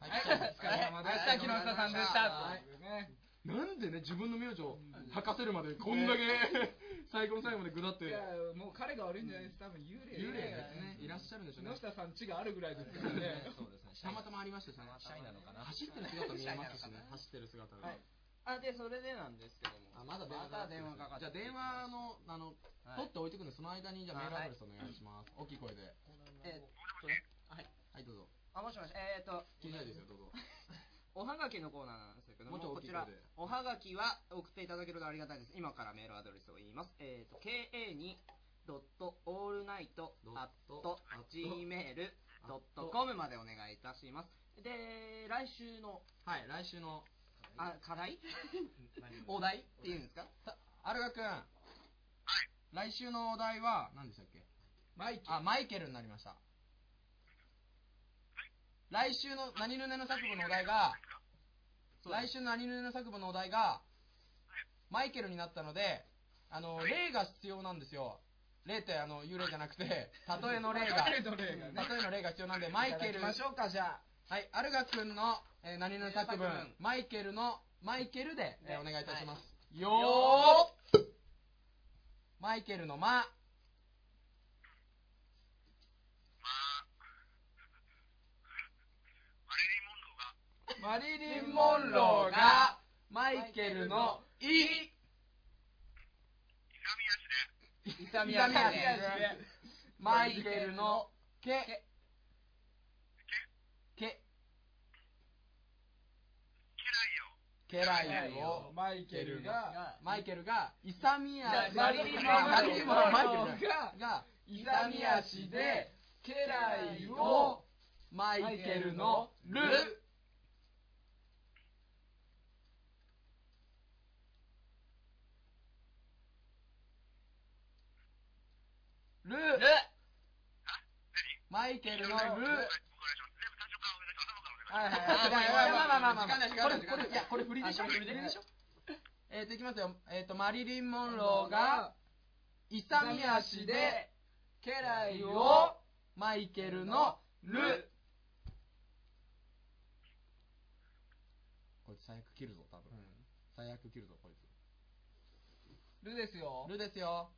[SPEAKER 4] はい、お疲れ様でした。木下さんでした。
[SPEAKER 19] はい
[SPEAKER 4] ね
[SPEAKER 20] なんでね、自分の名字を吐かせるまで、こんだけ、 最後の最後まで下っ
[SPEAKER 4] いや
[SPEAKER 20] て。
[SPEAKER 4] もう彼が悪いんじゃないです、多分幽霊
[SPEAKER 20] 幽霊ですねいらっしゃるんでしょうね
[SPEAKER 4] 木下さん、血があるぐらいですからね、
[SPEAKER 20] そうですね たまたまありましたしねシャイなのかな走ってる姿見えますしね走ってる姿が
[SPEAKER 2] はいあでそれでなんですけども
[SPEAKER 1] あまだ電話かかってる
[SPEAKER 2] また電話かかって
[SPEAKER 1] じゃあ電話のあの、
[SPEAKER 2] はい
[SPEAKER 1] 取って置いてくんでその間にじゃあメールアドレスお願いします、大きい声で
[SPEAKER 2] えっとねはい
[SPEAKER 1] はいどうぞ
[SPEAKER 2] あもしもしえー、っと
[SPEAKER 1] 気にないですよどうぞ
[SPEAKER 2] おはがきのコーナーなんですけど
[SPEAKER 1] も
[SPEAKER 2] も
[SPEAKER 1] うちょい
[SPEAKER 2] こ
[SPEAKER 1] 大き
[SPEAKER 2] ち
[SPEAKER 1] い声で
[SPEAKER 2] らおはがきは送っていただけるとありがたいです今からメールアドレスを言いますえー、っと ka にドットオールナイトアット gmail.com までお願いいたしますで来週の
[SPEAKER 1] はい来週の
[SPEAKER 2] あ課題お題っていうんですか
[SPEAKER 1] アルガ君来週のお題は何でしたっけマイケルあマイケルになりました来週の何ぬねの作文のお題が来週の何ぬねの作文のお題がマイケルになったのであの例が必要なんですよ例ってあの幽霊じゃなくて例えの例が
[SPEAKER 4] 例えの例がね
[SPEAKER 1] 例えの例が必要なんでマイケ
[SPEAKER 4] いただ
[SPEAKER 1] ル
[SPEAKER 4] きましょうか、じゃあ、
[SPEAKER 1] はいアルガ君の、えー何ぬね作
[SPEAKER 4] 作
[SPEAKER 1] 文
[SPEAKER 4] 文
[SPEAKER 1] マイケルのマイケルで、えーお願いいたします、よーっマイケルの間。マリリン・モンローが、マリリン・モンローが、マイケルの、い、痛み足で、痛み足で、マイケルの、け、け、けらいを、
[SPEAKER 4] マイケルが、
[SPEAKER 1] マイケルが、勇み足
[SPEAKER 4] マリリンモンロー
[SPEAKER 1] マリリンモンローマイケルが
[SPEAKER 4] が、勇み足で、家来を
[SPEAKER 1] を、マイケルのルルルルマイケルのルはいはいはいいやまあまあまあまあこれこれいやこれ振りでしょ振りでしょえっといきますよえっとマリリン・モンローが勇み足で家来をマイケルのルこいつ最悪切るぞ多分、最悪切るぞこいつ
[SPEAKER 4] ルですよ。
[SPEAKER 1] ルですよ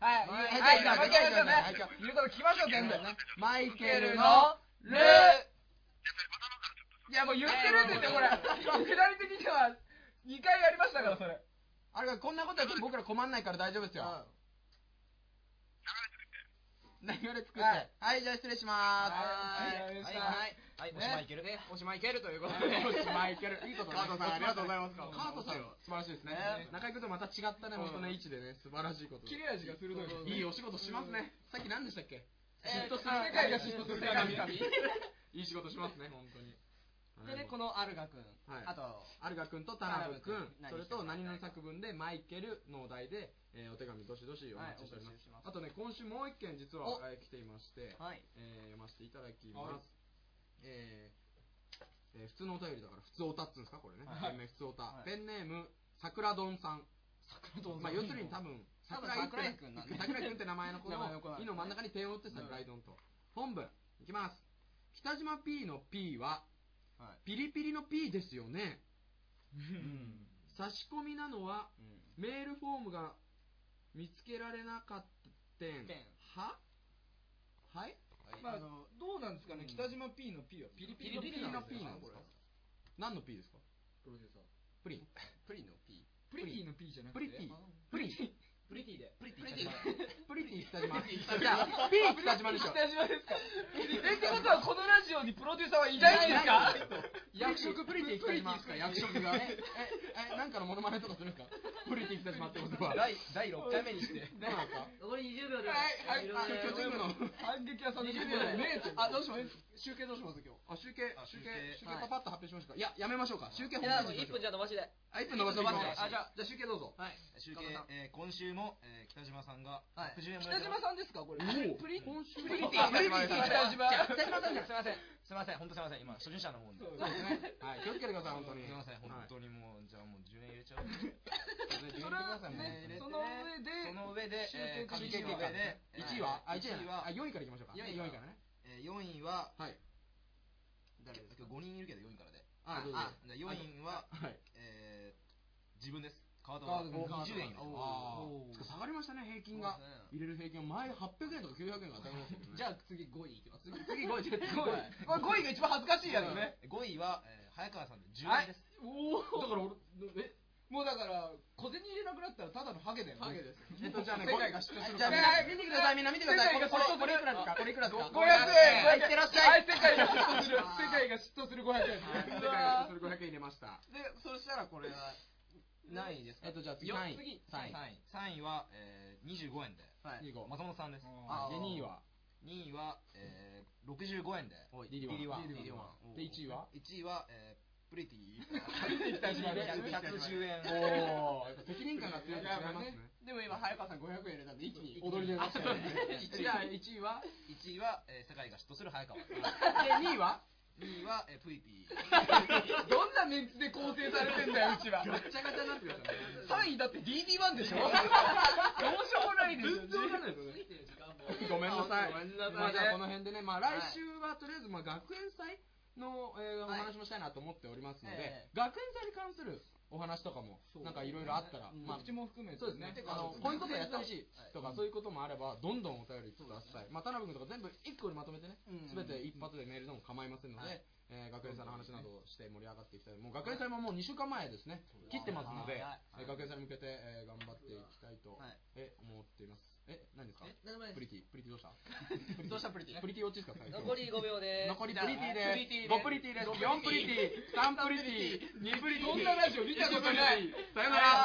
[SPEAKER 4] はい、はい、じゃあ、マイケル君ね、言うこと聞きましょう、全部。
[SPEAKER 1] マイケルのル
[SPEAKER 4] いや、もう言ってるんですよ、これ。下り的には、2回やりましたから、それ。
[SPEAKER 1] あれがこんなことやって僕ら困んないから大丈夫ですよ流れ作ってはい、じゃあ失礼しまーす
[SPEAKER 2] はいはいはいはいおしまいいけるねおしまいいけるということで
[SPEAKER 1] お しまいいけるいいこと
[SPEAKER 2] カートさんありがとうございます
[SPEAKER 1] カートさん素晴らしいですね中居君とまた違ったね元の位置でね素晴らしいこと
[SPEAKER 4] 切れ味が鋭いですね
[SPEAKER 1] いいお仕事しますねさっき何でしたっけ
[SPEAKER 4] えー
[SPEAKER 1] 嫉妬する
[SPEAKER 4] 世界が嫉妬する神々
[SPEAKER 1] いい仕事しますね本当に
[SPEAKER 2] でねこのアルガ君、
[SPEAKER 1] はい、
[SPEAKER 2] あと
[SPEAKER 1] アルガ君と田辺君
[SPEAKER 2] 田辺君
[SPEAKER 1] それと何の作文でマイケルのお題で、えーお手紙どしどしお待ちしております,、
[SPEAKER 2] はいお待ちしてます
[SPEAKER 1] あとね今週もう一件実
[SPEAKER 2] お
[SPEAKER 1] は、えー来ていまして、
[SPEAKER 2] はい
[SPEAKER 1] えー読ませていただきます、
[SPEAKER 2] はい
[SPEAKER 1] えーえー普通のお便りだから普通おたっつうんですかこれね、
[SPEAKER 2] はい
[SPEAKER 1] ペンネーム普通おた、
[SPEAKER 2] はい
[SPEAKER 1] ペンネーム桜丼さん桜
[SPEAKER 2] 丼さん
[SPEAKER 1] まあ要するに多分
[SPEAKER 2] 多分
[SPEAKER 1] 桜井
[SPEAKER 2] 桜井君なんで
[SPEAKER 1] 桜井君って名前の子
[SPEAKER 2] 名前の子なん
[SPEAKER 1] の「い」
[SPEAKER 2] で
[SPEAKER 1] の真ん中に点を打って桜井丼と、本部いきます北島 P の P はピリピリの P ですよね、差し込みなのは、メールフォームが見つけられなかった点
[SPEAKER 4] 点
[SPEAKER 1] ははい
[SPEAKER 4] まあ、どうなんですかね、北島 P の P はピリピリの P なんですか、これ。
[SPEAKER 1] 何の P ですか
[SPEAKER 4] プロデューサー。
[SPEAKER 1] プリン
[SPEAKER 2] プリの P
[SPEAKER 4] プリティの P じゃな
[SPEAKER 1] プ
[SPEAKER 4] くて。
[SPEAKER 1] リティプリティ
[SPEAKER 4] プリティで。プリテ
[SPEAKER 1] プ
[SPEAKER 4] ィ
[SPEAKER 1] リテ
[SPEAKER 4] で
[SPEAKER 1] ィプリティ北島じゃあ P 北島でしょ
[SPEAKER 4] 北島ですか。え、ってことはこのラジオにプロデューサーはいないんですか
[SPEAKER 1] 役職プリティ来てしまうか、役職が。え
[SPEAKER 21] え、
[SPEAKER 1] え、なんかのモノマネとかするんですかプリティ来てしまってことは。
[SPEAKER 22] 第第六回目にして
[SPEAKER 1] どうなんですか
[SPEAKER 23] 残り20秒で。
[SPEAKER 21] はい、
[SPEAKER 23] ろ
[SPEAKER 21] はい、
[SPEAKER 23] ろや
[SPEAKER 21] 巨人部の反撃屋さんの
[SPEAKER 1] 20
[SPEAKER 21] ね
[SPEAKER 1] 秒
[SPEAKER 21] えって
[SPEAKER 1] あ、どうします集計どうします今日。あ、集計、集計、集計パパッと発表しますか。いや、やめましょうか。集計本
[SPEAKER 23] いや
[SPEAKER 1] 番に
[SPEAKER 23] 1
[SPEAKER 1] しま
[SPEAKER 23] 分
[SPEAKER 1] し
[SPEAKER 23] じ
[SPEAKER 1] ょ
[SPEAKER 23] ゃ伸ばしで。
[SPEAKER 1] う。あ、一分伸ばしましょう。
[SPEAKER 23] あ、じゃあ、
[SPEAKER 1] じゃあ集計どうぞ。
[SPEAKER 5] はい、
[SPEAKER 2] 集
[SPEAKER 5] 岡
[SPEAKER 2] 計
[SPEAKER 5] 田さん、
[SPEAKER 2] えー、今週も、えー、北島さんが
[SPEAKER 5] はい
[SPEAKER 2] 60円もら
[SPEAKER 4] 北島さんですかこれ
[SPEAKER 2] おお
[SPEAKER 4] プリプリ
[SPEAKER 22] プリティ
[SPEAKER 4] ティ北島
[SPEAKER 22] 違う北島さんじゃないすいませんすいません本当すいません今初心者の方で
[SPEAKER 1] そうですねはい気をつけてください本当に
[SPEAKER 22] すいません
[SPEAKER 1] はい
[SPEAKER 22] 本当にもうじゃあもう10円入れちゃおう
[SPEAKER 1] それ
[SPEAKER 4] それはねその上で
[SPEAKER 2] その上で、えー、
[SPEAKER 1] 集計
[SPEAKER 2] 上計
[SPEAKER 1] 結
[SPEAKER 2] 結
[SPEAKER 1] 果
[SPEAKER 2] 果
[SPEAKER 1] ね
[SPEAKER 2] で、
[SPEAKER 1] 1位はあ、
[SPEAKER 2] えー
[SPEAKER 1] 1位
[SPEAKER 2] 一
[SPEAKER 1] は、あ、4位からいきましょうか。
[SPEAKER 2] 四
[SPEAKER 1] 4位からね。
[SPEAKER 2] えー、4位は、
[SPEAKER 1] はい。
[SPEAKER 2] 誰ですか5人いるけど4位からで
[SPEAKER 1] あどうぞ
[SPEAKER 2] じゃ4位は、
[SPEAKER 1] はい
[SPEAKER 2] えー、自分です川田
[SPEAKER 1] あ
[SPEAKER 2] は
[SPEAKER 1] ー
[SPEAKER 2] 20円
[SPEAKER 1] あーつか下がりましたね、平均が
[SPEAKER 2] そう
[SPEAKER 1] 入れ
[SPEAKER 2] ですね。
[SPEAKER 1] る平均は前800円とか900円が当たりましたけどね。
[SPEAKER 4] じゃあ次5位いきます
[SPEAKER 1] 次5位、
[SPEAKER 4] 5
[SPEAKER 1] 5
[SPEAKER 4] 位これ5位が一番恥ずかしいやつね
[SPEAKER 2] 5位は、えー、早川さんで10
[SPEAKER 4] は
[SPEAKER 2] 円で
[SPEAKER 4] い
[SPEAKER 2] す、
[SPEAKER 4] おお
[SPEAKER 1] だから俺、え、
[SPEAKER 4] もうだから小銭入れなくなったらただのハゲだよね
[SPEAKER 1] ハゲですえっとじゃあね
[SPEAKER 4] 世界が失
[SPEAKER 1] はい
[SPEAKER 4] る
[SPEAKER 1] じゃあみんな見てくださいみんな見てくださいこれこれこれいくらですかこれいくらですかはい
[SPEAKER 4] 500円
[SPEAKER 1] いってらっしゃい
[SPEAKER 4] は世界が嫉妬する世界が嫉妬する500円
[SPEAKER 1] はい世界がそれ500円入れました。
[SPEAKER 2] でそしたらこれは何位ですか
[SPEAKER 1] えっとじゃあ次三位
[SPEAKER 2] 3位
[SPEAKER 1] 三
[SPEAKER 2] 3位は、えー、25円で、
[SPEAKER 1] はい25
[SPEAKER 2] 松本さんです
[SPEAKER 1] あで2位は
[SPEAKER 2] 2位は、えー、65円で
[SPEAKER 1] おいリリワンリリ
[SPEAKER 2] リリ
[SPEAKER 1] ワ
[SPEAKER 2] ワ
[SPEAKER 1] ン
[SPEAKER 2] ン
[SPEAKER 1] で1位は
[SPEAKER 2] 1位は、えー、プリ ティ
[SPEAKER 1] 110
[SPEAKER 2] 110
[SPEAKER 1] 円
[SPEAKER 2] 円
[SPEAKER 1] おーやっぱ責任感が強いの違いますね
[SPEAKER 4] でも今早川さん500円入れたんで一気に
[SPEAKER 1] 踊り出ましたよね
[SPEAKER 2] じゃあ1位は1位は、えー、世界が嫉妬する早 川で
[SPEAKER 1] で2位は
[SPEAKER 2] 2位は、えー、プリティ
[SPEAKER 4] どんなメンツで構成されてんだようちは
[SPEAKER 1] ごっちゃごちゃになってください
[SPEAKER 4] 3位だって DD1 でしょどうしようもないですよね
[SPEAKER 1] ごめんなさい。
[SPEAKER 4] ごめんなさいね
[SPEAKER 1] まあじゃあこの辺でね、まあ
[SPEAKER 4] はい
[SPEAKER 1] 来週はとりあえずまあ学園祭の、えーお話もしたいなと思っておりますので、
[SPEAKER 4] ええ
[SPEAKER 1] 学園祭に関するお話とかもなんかいろいろあったら、
[SPEAKER 4] うん
[SPEAKER 1] まあ
[SPEAKER 4] うちも含めてね
[SPEAKER 1] そうですね。
[SPEAKER 4] てか
[SPEAKER 1] あの
[SPEAKER 4] そう
[SPEAKER 1] こういうことやってほしいとか、
[SPEAKER 4] はい
[SPEAKER 1] そういうこともあればどんどんお便りください。まあ田辺君とか全部一個にまとめてね
[SPEAKER 4] うん、
[SPEAKER 1] すべて一発でメールでも構いませんので。
[SPEAKER 4] はい
[SPEAKER 1] えー学園祭の話などをして盛り上がっていきたい、もう学園祭ももう2週間前ですね、切ってますので、
[SPEAKER 4] はい
[SPEAKER 1] えー学園祭に向けて、えー頑張っていきたいと、え思っています。え、何ですか
[SPEAKER 23] え何でもないです
[SPEAKER 1] プリティ、プリティどうした
[SPEAKER 4] どうしたプリティ
[SPEAKER 1] プリティ落ちですか
[SPEAKER 23] 残り5秒です
[SPEAKER 1] 残りプリティ
[SPEAKER 23] プリティで
[SPEAKER 1] で
[SPEAKER 23] す
[SPEAKER 1] す。5プリティです。4プリティ、3プリティ、2プリティ。
[SPEAKER 4] こんなラジオ見たことない
[SPEAKER 1] 一プリティさよなら。